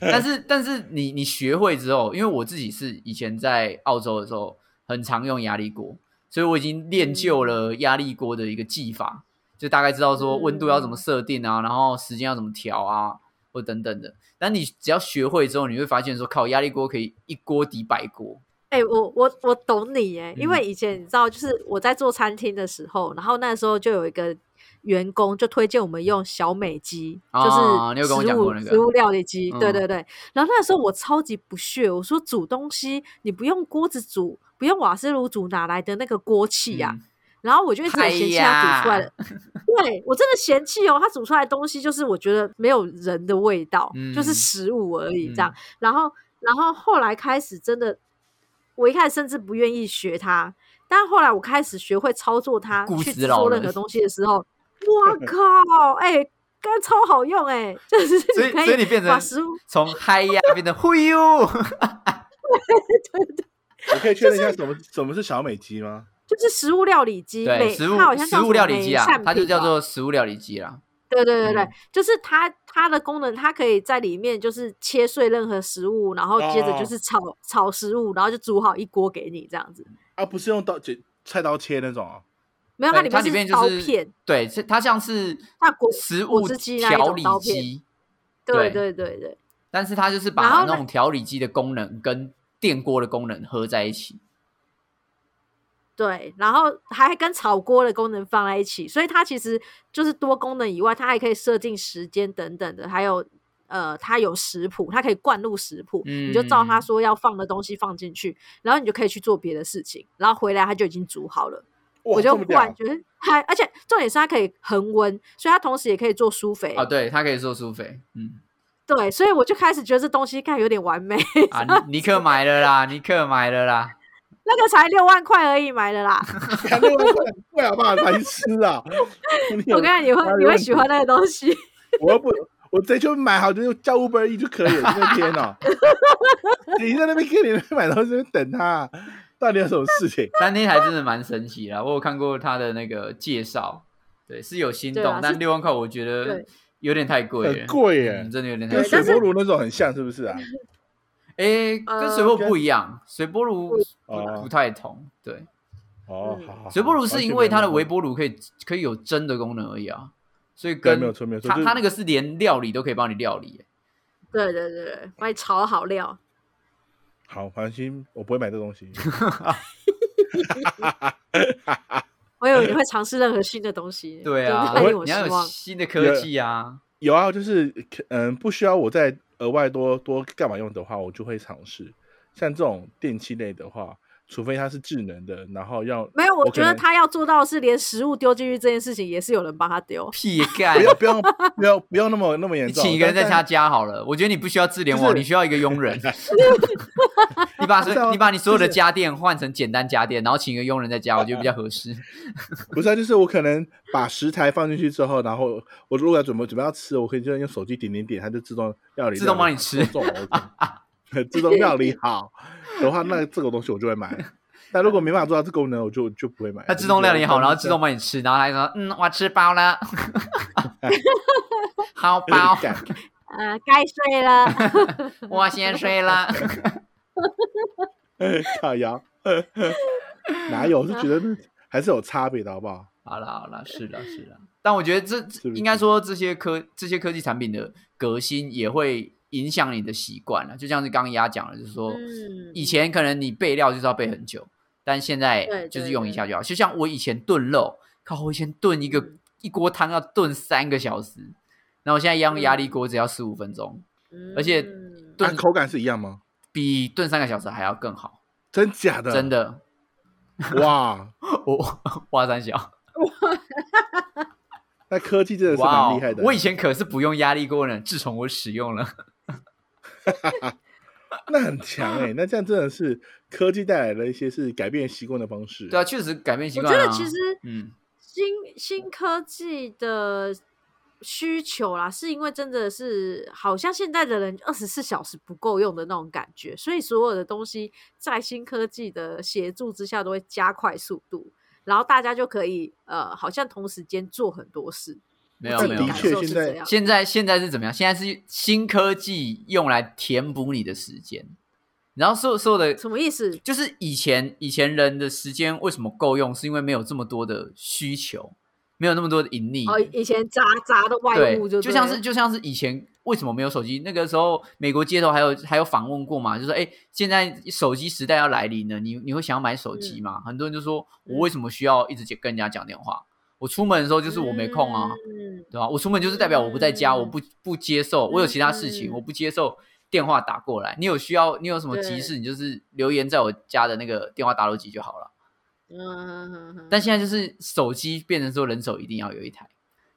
但是但是你你学会之后，因为我自己是以前在澳洲的时候很常用压力锅，所以我已经练嗯就了压力锅的一个技法，就大概知道说温度要怎嗯么设定啊，然后时间要怎么调啊，或等等的。但你只要学会之后，你会发现说，靠，压力锅可以一锅抵百锅。哎、我我我懂你哎，因嗯为以前你知道，就是我在做餐厅的时候，然后那时候就有一个员工就推荐我们用小美机，啊你有就是跟我食讲过物、那个食物料理机，对嗯对对。然后那时候我超级不屑，我说煮东西你不用锅子煮，不用瓦斯炉煮，哪来的那个锅气啊呀、嗯然后我就一直哎很嫌弃它煮出来呀的，对我真的嫌弃哦，它煮出来的东西就是我觉得没有人的味道，就是嗯食物而已这嗯样。然后，然后后来开始真的，我一开始甚至不愿意学它，但后来我开始学会操作它顾去死老做任人何东西的 时候，我靠，哎、干超好用哎、就是 所以可所以你变成把食物从嗨呀变成忽悠，我可以确认一下什么什么是小美肌吗？就是食物料理 机，对，美食物它好像叫食物什料么理美机啊善，它就品叫吧做食物料理机啦。对对对对，嗯就是它它的功能，它可以在里面就是切碎任何食物，然后接着哦就是炒、炒食物，然后就煮好一锅给你这样子。啊，不是用刀剪菜刀切那种啊。没有，它对里它里面面是就刀是片，对，是它像是它果食果物汁机那一调种理刀片机，对对对对对，但是它就是然把后那呢种调理机的功能跟电锅的功能合在一起，对，然后还跟炒锅的功能放在一起，所以它其实就是多功能以外，它还可以设定时间等等的，还有呃，它有食谱，它可以灌入食谱，你就照它嗯说要放的东西放进去，然后你就可以去做别的事情，然后回来它就已经煮好了。哇我就这么忽然屌，觉得还，而且重点是它可以恒温，所以它同时也可以做苏肥。啊，对，它可以做苏菲，嗯，对，所以我就开始觉得这东西看有点完美。啊，尼克买了啦，尼克买了啦，那个才六万块而已买的 啦，看那个很贵好不好？白痴 啊！我看你会哪里你会问题喜欢那个东西。 我又不，我直接去买好，就叫 Uber E 就可以了。那天哦，你在那边给你在买东西，等他，到底有什么事情？但那台真的蛮神奇啦，我有看过它的那个介绍，对，是有心对动啊，但是六万块我觉得对有点太贵了，很贵耶嗯真的有点太跟贵水但是波炉那种很像，是不是啊？诶，跟水呃波跟不一样，水波炉不哦不太同。对，哦，嗯好好好水波炉是因为它的微波，波炉可以可以有蒸的功能而已啊，所以对，跟没有错，没有错，它就是它那个是连料理都可以帮你料理耶。对对对对，帮你炒好料。好，放心，我不会买这东西。我以为你会尝试任何新的东西。 对啊真的，令我我你失要有望。新的科技啊。有啊，就是嗯，不需要我再额外多多干嘛用的话，我就会尝试。像这种电器类的话，除非它是智能的，然后要没有，我我可觉得能他要做到的是连食物丢进去这件事情，也是有人帮他丢。屁干不！要不要不要不要那么那么严你重，请一个人在但他家好了，我觉得你不需要智联就网，是你需要一个佣 人。你把所不是啊你把你所有的就是家电换成简单家电，然后请一个佣人在家，我觉得比较合适。不是、啊，就是我可能把食材放进去之后，然后我如果要准备准备要吃，我可以就用手机点点点，它就自动料理，自动帮你吃自动送我 自动料理好的话，那这个东西我就会买。但如果没办法做到这功能，我就就不会买。它自动料理好，我就然后自动帮你吃，然后他就说：“嗯，我吃饱了， 好饱，干呃，该睡了。我先睡 了。烤羊，哎 哪有？我是觉得那还是有差别的，好不好？”好了好了，是了是了，但我觉得这这不是应该说这些科这些科技产品的革新也会影响你的习惯啊了，就像是刚刚丫讲了，就是说、嗯哦以前可能你备料就是要备很久，但现在对就是对用一对下就好。就像我以前炖肉，靠，我以前炖一个、嗯一锅汤要炖三个小时，然后我现在一样压力锅只要十五分钟，而且嗯那炖啊口感是一样吗？比炖三个小时还要更好，真假的？真的。哇！ 我花三小，那科技真的是哇蛮哦厉害的。我以前可是不用压力锅呢，自从我使用了，那很强哎、那这样真的是科技带来了一些是改变习惯的方式。对啊，确实改变习我惯觉了啊。得其实嗯，新新科技的需求啦，是因为真的是好像现在的人二十四小时不够用的那种感觉，所以所有的东西在新科技的协助之下都会加快速度，然后大家就可以呃，好像同时间做很多事。没我有自没己有的。感确受是现在这样现在现在是怎么样？现在是新科技用来填补你的时间，然后所有所有的什么意思？就是以前以前人的时间为什么够用，是因为没有这么多的需求，没有那么多的盈利。哦，以前杂杂的外对物就就对像了是就像是以前为什么没有手机？那个时候美国街头还有还有访问过嘛，就说哎，诶现在手机时代要来临了，你你会想要买手机嗯吗？很多人就说我为什么需要一直跟人家讲电话？我出门的时候就是我没空啊，嗯对吧？我出门就是代表我不在家，嗯我不不接受，我有其他事情，嗯我不接受电话打过来。你有需要，你有什么急对事，你就是留言在我家的那个电话打录机就好了。嗯，但现在就是手机变成说人手一定要有一台。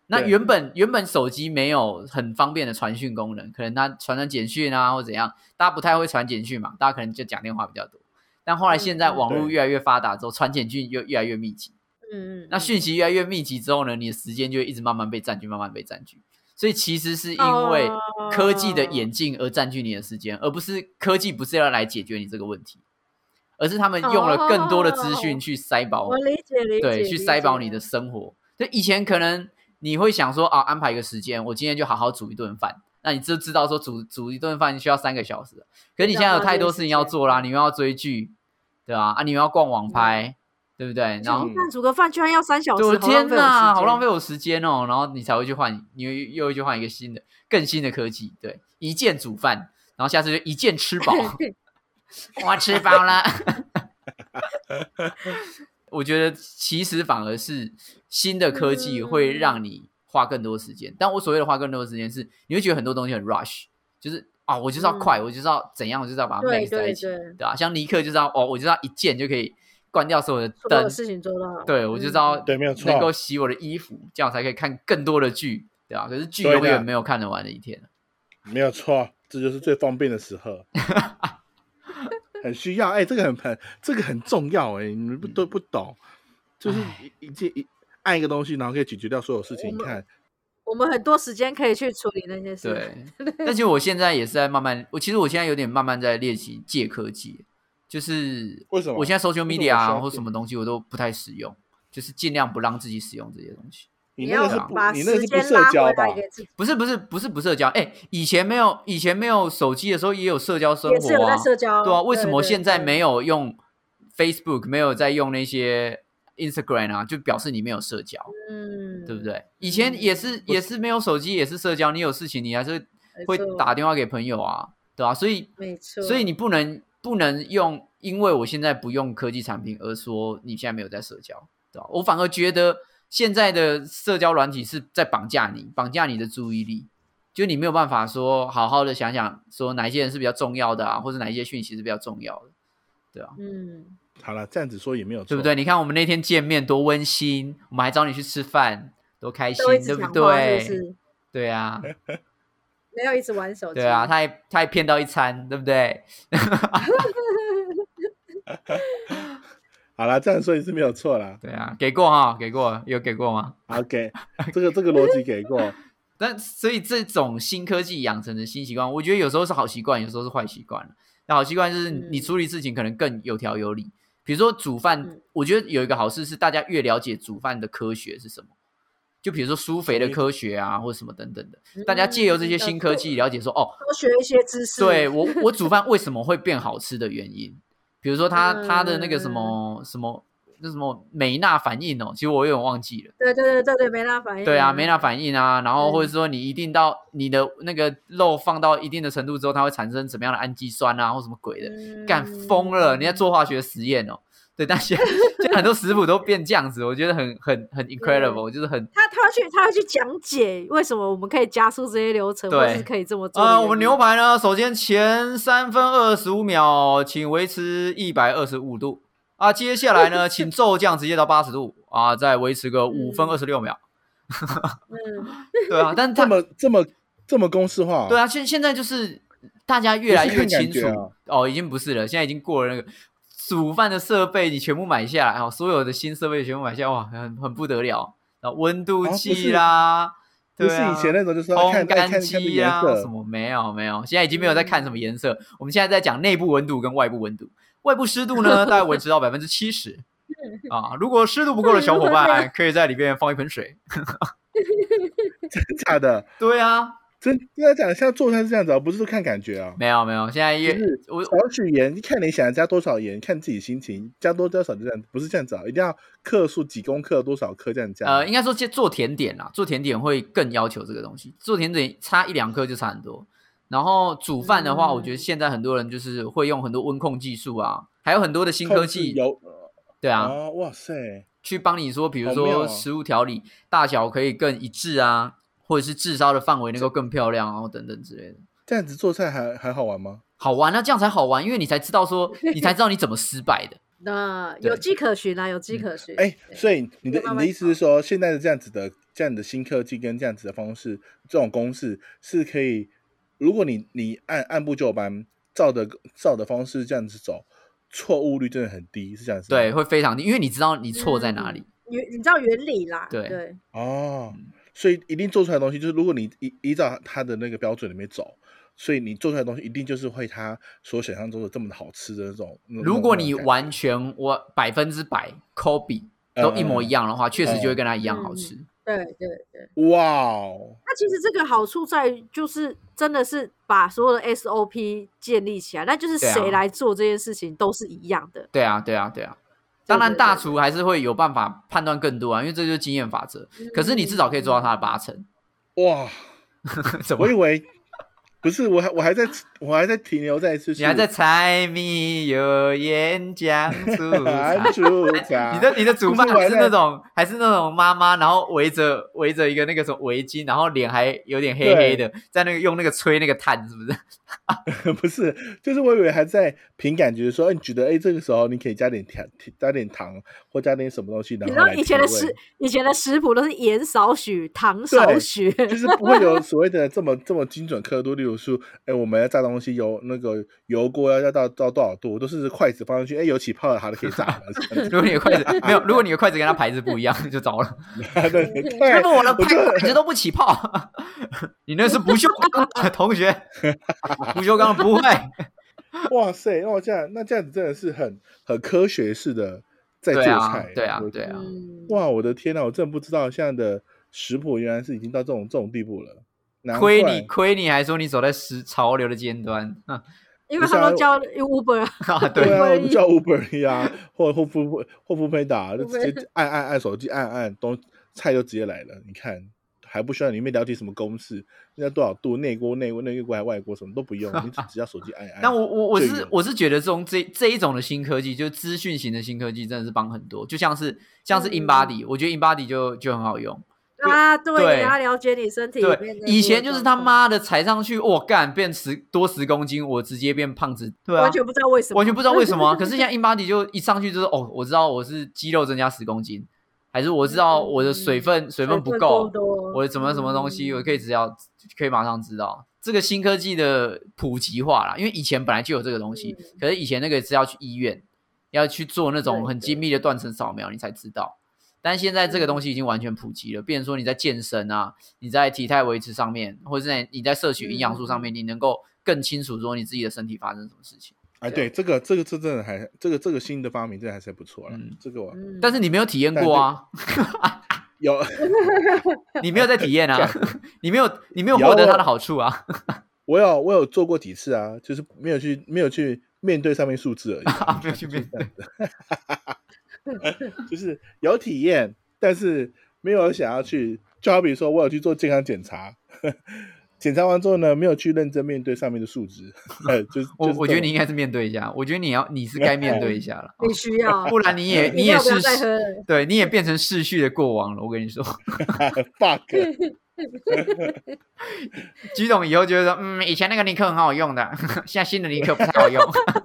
那对原本原本手机没有很方便的传讯功能，可能它传传简讯啊或怎样，大家不太会传简讯嘛，大家可能就讲电话比较多。但后来嗯现在嗯网络对越来越发达之后，传简讯又越来越密集，嗯嗯那嗯讯息越来越密集之后呢，你的时间就会一直慢慢被占据，慢慢被占据。所以其实是因为哦科技的演进而占据你的时间，而不是科技不是要来解决你这个问题，而是他们用了更多的资讯哦去塞饱我理解理解，对，去塞饱你理解的生活。就以前可能你会想说啊，安排一个时间，我今天就好好煮一顿饭。那你就知道说煮煮一顿饭需要三个小时，可是你现在有太多事情要做嗯啦，你又要追剧，对吧、啊？你又要逛网拍，对不对？然后嗯但煮个饭居然要三小时，对，我好浪天费我时呐，好间浪费我时间哦。然后你才会去换，你又又会去换一个新的、更新的科技，对，一键煮饭，然后下次就一 键吃饱，我吃饱了。我觉得其实反而是新的科技会嗯让你花更多时间。但我所谓的花更多时间是，你会觉得很多东西很 rush，就是啊，我就是要快，嗯我就是要怎样，我就是要把它对 mix 在对一起，对对吧、像尼克就是要哦，我就是要一键就可以关掉所有的所灯有，事情做到了。嗯对我就是要对没有错能够洗我的衣服，这样我才可以看更多的剧，对吧、可是剧对的永远没有看得完的一天。没有错，这就是最方便的 时候，很需要。哎、这个很很这个很重要哎、你们不都不懂，就是嗯唉一一件一按一个东西，然后可以解决掉所有事情。你我们看，我们很多时间可以去处理那些事。对， 但其实我现在也是在慢慢，我其实我现在有点慢慢在练习戒科技，就是为什么我现在 social 为什么 media 需啊要或戒什么东西我都不太使用，就是尽量不让自己使用这些东西。你你那要啊个是把不，你那时个是不间社拉交回吧来？给自己，不是不是不是不社交，哎、以前没有以前没有手机的时候也有社交生也是有活在啊，社交。对啊，为什么对现在对没有用 Facebook，没有在用那些 Instagram 啊？就表示你没有社交，嗯，对不？对？以前也是也是没有手机，也是社交，你有事情你还是会打，电话给朋友啊，对吧、所以没错。所以你不能不能用，因为我现在不用科技产品而说你现在没有在社交，对吧？我反而觉得现在的社交软体是在绑架你，绑架你的注意力，就你没有办法说好好的想想说哪一些人是比较重要的啊，或者哪一些讯息是比较重要的，对吧？嗯，好了，这样子说也没有错，对不对？？你看我们那天见面多温馨，我们还找你去吃饭，多开心都一，直对不讲话对？是不是？对啊，没有一直玩手机。对啊，他还他还骗到一餐，对不对？好了，这样说也是没有错啦。对啊，给过哈，给过，有给过吗？好， 给这个这个逻辑给过，但所以这种新科技养成的新习惯，我觉得有时候是好习惯，有时候是坏习惯。那好习惯就是嗯你处理事情可能更有条有理。比如说煮饭，嗯我觉得有一个好事是大家越了解煮饭的科学是什么，就比如说苏肥的什么意思科学啊，或者什么等等的，嗯大家借由这些新科技了解说，哦，多学一些知识。对我我煮饭为什么会变好吃的原因，比如说它它的那个什嗯么什么那什么美纳反应哦，其实我有点忘记了。对对对对对，没那反应。对啊，没那反应啊，然后嗯或者说你一定到你的那个肉放到一定的程度之后，它会产生什么样的氨基酸啊，或什么鬼的，应干疯了！你在做化学实验哦。对，但现在 现在很多食谱都变这样子，我觉得很很很 incredible，就是很他他会去他会去讲解为什么我们可以加速这些流程，对或是可以这么做的原因。呃，我们牛排呢，首先前三分二十五秒，请维持一百二十五度啊。接下来呢，请骤降直接到八十度啊，再维持个五分二十六秒。嗯，对啊，但是这 他么这么这么公式化、哦对，啊，现现在就是大家越来越清不是楚看感觉啊哦，已经不是了，现在已经过了那个煮饭的设备，你全部买下来哦，所有的新设备全部买下来，哇，很很不得了，啊，温度啊不计是啦，不对是啊以前那种就是要看烘看干看看的机颜啊，色嗯什，么没有没有，现在已经没有在看什么颜色，我们现在在讲内部温度跟外部温度，外部湿度呢大概维持到百分之七 十。啊，如果湿度不够的小伙伴，可以在里面放一盆水。真假的？对啊，真真的讲，现在做菜是这样子啊，不是说看感觉啊。没有没有，现在越就是我少许盐，看你想加多少盐，看自己心情，加多加少就这样，不是这样子啊，一定要克数几公克多少克这样啊加。呃，应该说先做甜点啦，做甜点会更要求这个东西。做甜点差一两颗就差很多。然后煮饭的话，嗯我觉得现在很多人就是会用很多温控技术啊，还有很多的新科控制技，油对啊，哦，哇塞，去帮你说，比如好妙说哦食物调理、大小可以更一致啊，或者是炙烧的范围能够更漂亮啊，然后等等之类的。这样子做菜还还好玩吗？好玩啊，这样才好玩，因为你才知道 说，你才知道你怎么失败的。那对嗯有迹可循啊，有迹可循。哎、对所以你的就慢你慢的意思是说，现在的这样子的这样的新科技跟这样子的方式，这种公式是可以，如果你你按按部就班，照的照的方式这样子走，错误率真的很低，是这样子吗。对，会非常，因为你知道你错在哪里。你你知道原理啦，对对，哦，所以一定做出来的东西，就是如果你依依照它的那个标准里面走，所以你做出来的东西一定就是会它所想象中的这么好吃的那种。那种如果你那种感觉完全我百分之百 copy 嗯都一模一样的话，确实嗯就会跟它一样好吃。对对对。哇哦，那其实这个好处在于，就是真的是把所有的 SOP 建立起来，那就是对啊谁来做这件事情都是一样的。对啊，对啊，对啊。对当然，对大对厨还是会有办法判断更多啊，因为这就是经验法则。可是你至少可以做到它的八成。 哇！ 怎么我以为不是，我还我还在我还在停留在就是你还在柴米油盐酱醋 安茶。主 角， 你的你的主办不是我还还是在那种还是那种妈妈，然后围着围着一个那个什么围巾，然后脸还有点黑黑的，在那个用那个吹那个炭，是不是？ 不是，就是我以为还在凭感觉说，哎你觉得哎这个时候你可以加点甜，加点糖或加点什么东西，然嗯你知后来道以前提的味食以前的食谱都是盐少许，糖少对许， 啊就是不会有所谓的这么这么精准刻度。例如说，哎，我们要炸东西，油那个油锅要要到到多少度，都是筷子放上去，哎，油起泡了，好了，可以炸了。 如果你的筷子没有，如果你的筷子跟他牌子不一样，就糟了。对对 师 对傅，，我的我拍就一直都不起泡， 你那是不锈钢的 同学，不锈钢不会。哇塞，哦这样那这样子真的是很很科学式的 在做对啊菜，，对啊我，对啊，嗯，哇，我的天呐，我真的不知道现在的食谱原来是已经到这种这种地步了。难亏怪你亏你还说你走在时潮流的尖端 因不为是他啊都叫 Uber 啊啊！对对啊，我们对叫 Uber 呀，或或付或付配打，就 Uber 直接按按按手机按按，东菜就直接来了。你看，还不需要里面了解什么公式，要多少度，内锅内锅内锅还外锅什么都不用，你 只只要手机按一按。但我我我最是远我是觉得这种这这一种的新科技，就是资讯型的新科技，真的是帮很多。就像是像是嗯 InBody，、我觉得 InBody 就就很好用。啊，对，对他了解你身体里对面，的以那前个就是他状况，妈的踩上去，我、干变十多十公斤，我直接变胖子。对啊，完全不知道为什么，完全不知道为 什么啊、可是像 InBody 就一上去就是哦，我知道我是肌肉增加十公斤，还是我知道我的水分、嗯水分不够，多我怎么什么东西，我可以嗯只要可以马上知道。这个新科技的普及化啦，因为以前本来就有这个东嗯西，可是以前那个是要去医院，要去做那种对嗯很对精密的断层扫描，你才知道。但现在这个东西已经完全普及了，变成说你在健身啊，你在体态维持上面，或者是在你在摄取营养素上嗯面，你能够更清楚说你自己的身体发生什么事情。哎，对这个这个这真的还这个这个新的发明，真的还是不错了嗯。这个我嗯但是你没有体验过啊，有 你没有在体验啊，你没有你没有获得它的好处啊。我有我有做过几次啊，就是没有去没有去面对上面数字而已啊，没有去面对就是有体验，但是没有想要去。就好比说，我有去做健康检查， 检查完之后呢，没有去认真面对上面的数值， 呃就是我就是我觉得这你种应该是面对一下，我觉得你要你是该面对一下了，必须要，不然你也饮也料不要是再喝 了对，你也变成逝去的过往了。我跟你说，fuck， 鞠总以后就会说，嗯，以前那个尼克很好用的， 现在新的尼克不太好用，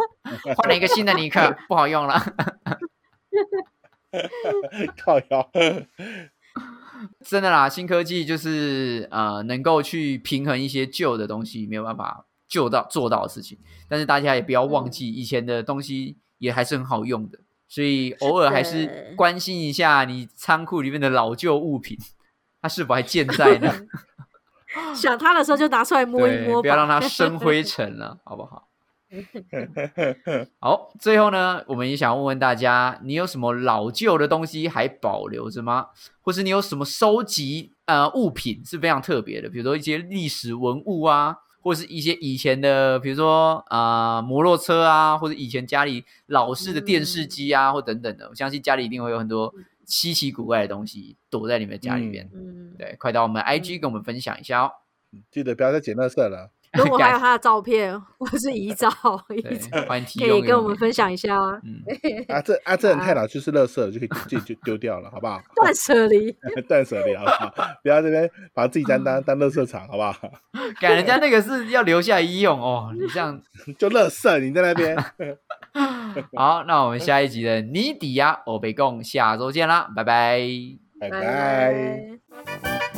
换了一个新的尼克不好用了。靠腰，真的啦，新科技就是呃，能够去平衡一些旧的东西没有办法救到做到的事情，但是大家也不要忘记以前的东西也还是很好用的，所以偶尔还是对关心一下你仓库里面的老旧物品，它是否还健在呢？想他的时候就拿出来摸一对，摸吧，不要让它 生灰尘了，好不好？好，最后呢，我们也想问问大家，你有什么老旧的东西还保留着吗？或是你有什么收集呃物品是非常特别的，比如说一些历史文物啊，或是一些以前的，比如说啊、呃摩托车啊，或者以前家里老式的电视机嗯啊，或等等的。我相信家里一定会有很多稀奇古怪的东西躲在你们家里面。嗯，对，快到我们 IG 跟我们分享一下哦。记得不要再捡垃圾了。如 果还有感他的照片或是遗照， 遗 照对，欢迎提可供以给跟我们分享一下啊，嗯，啊，这啊这人太老就是垃圾了，就可以自己就丢掉了，好不好？ 断舍离，断舍离，好不好？不要这边把自己当当当垃圾场，好不好？ 赶人家那个是要留下来医用哦，你这样 就垃圾，你在那边，好，那我们下一集的尼底亚欧北贡下周见啦，拜拜。拜拜拜。拜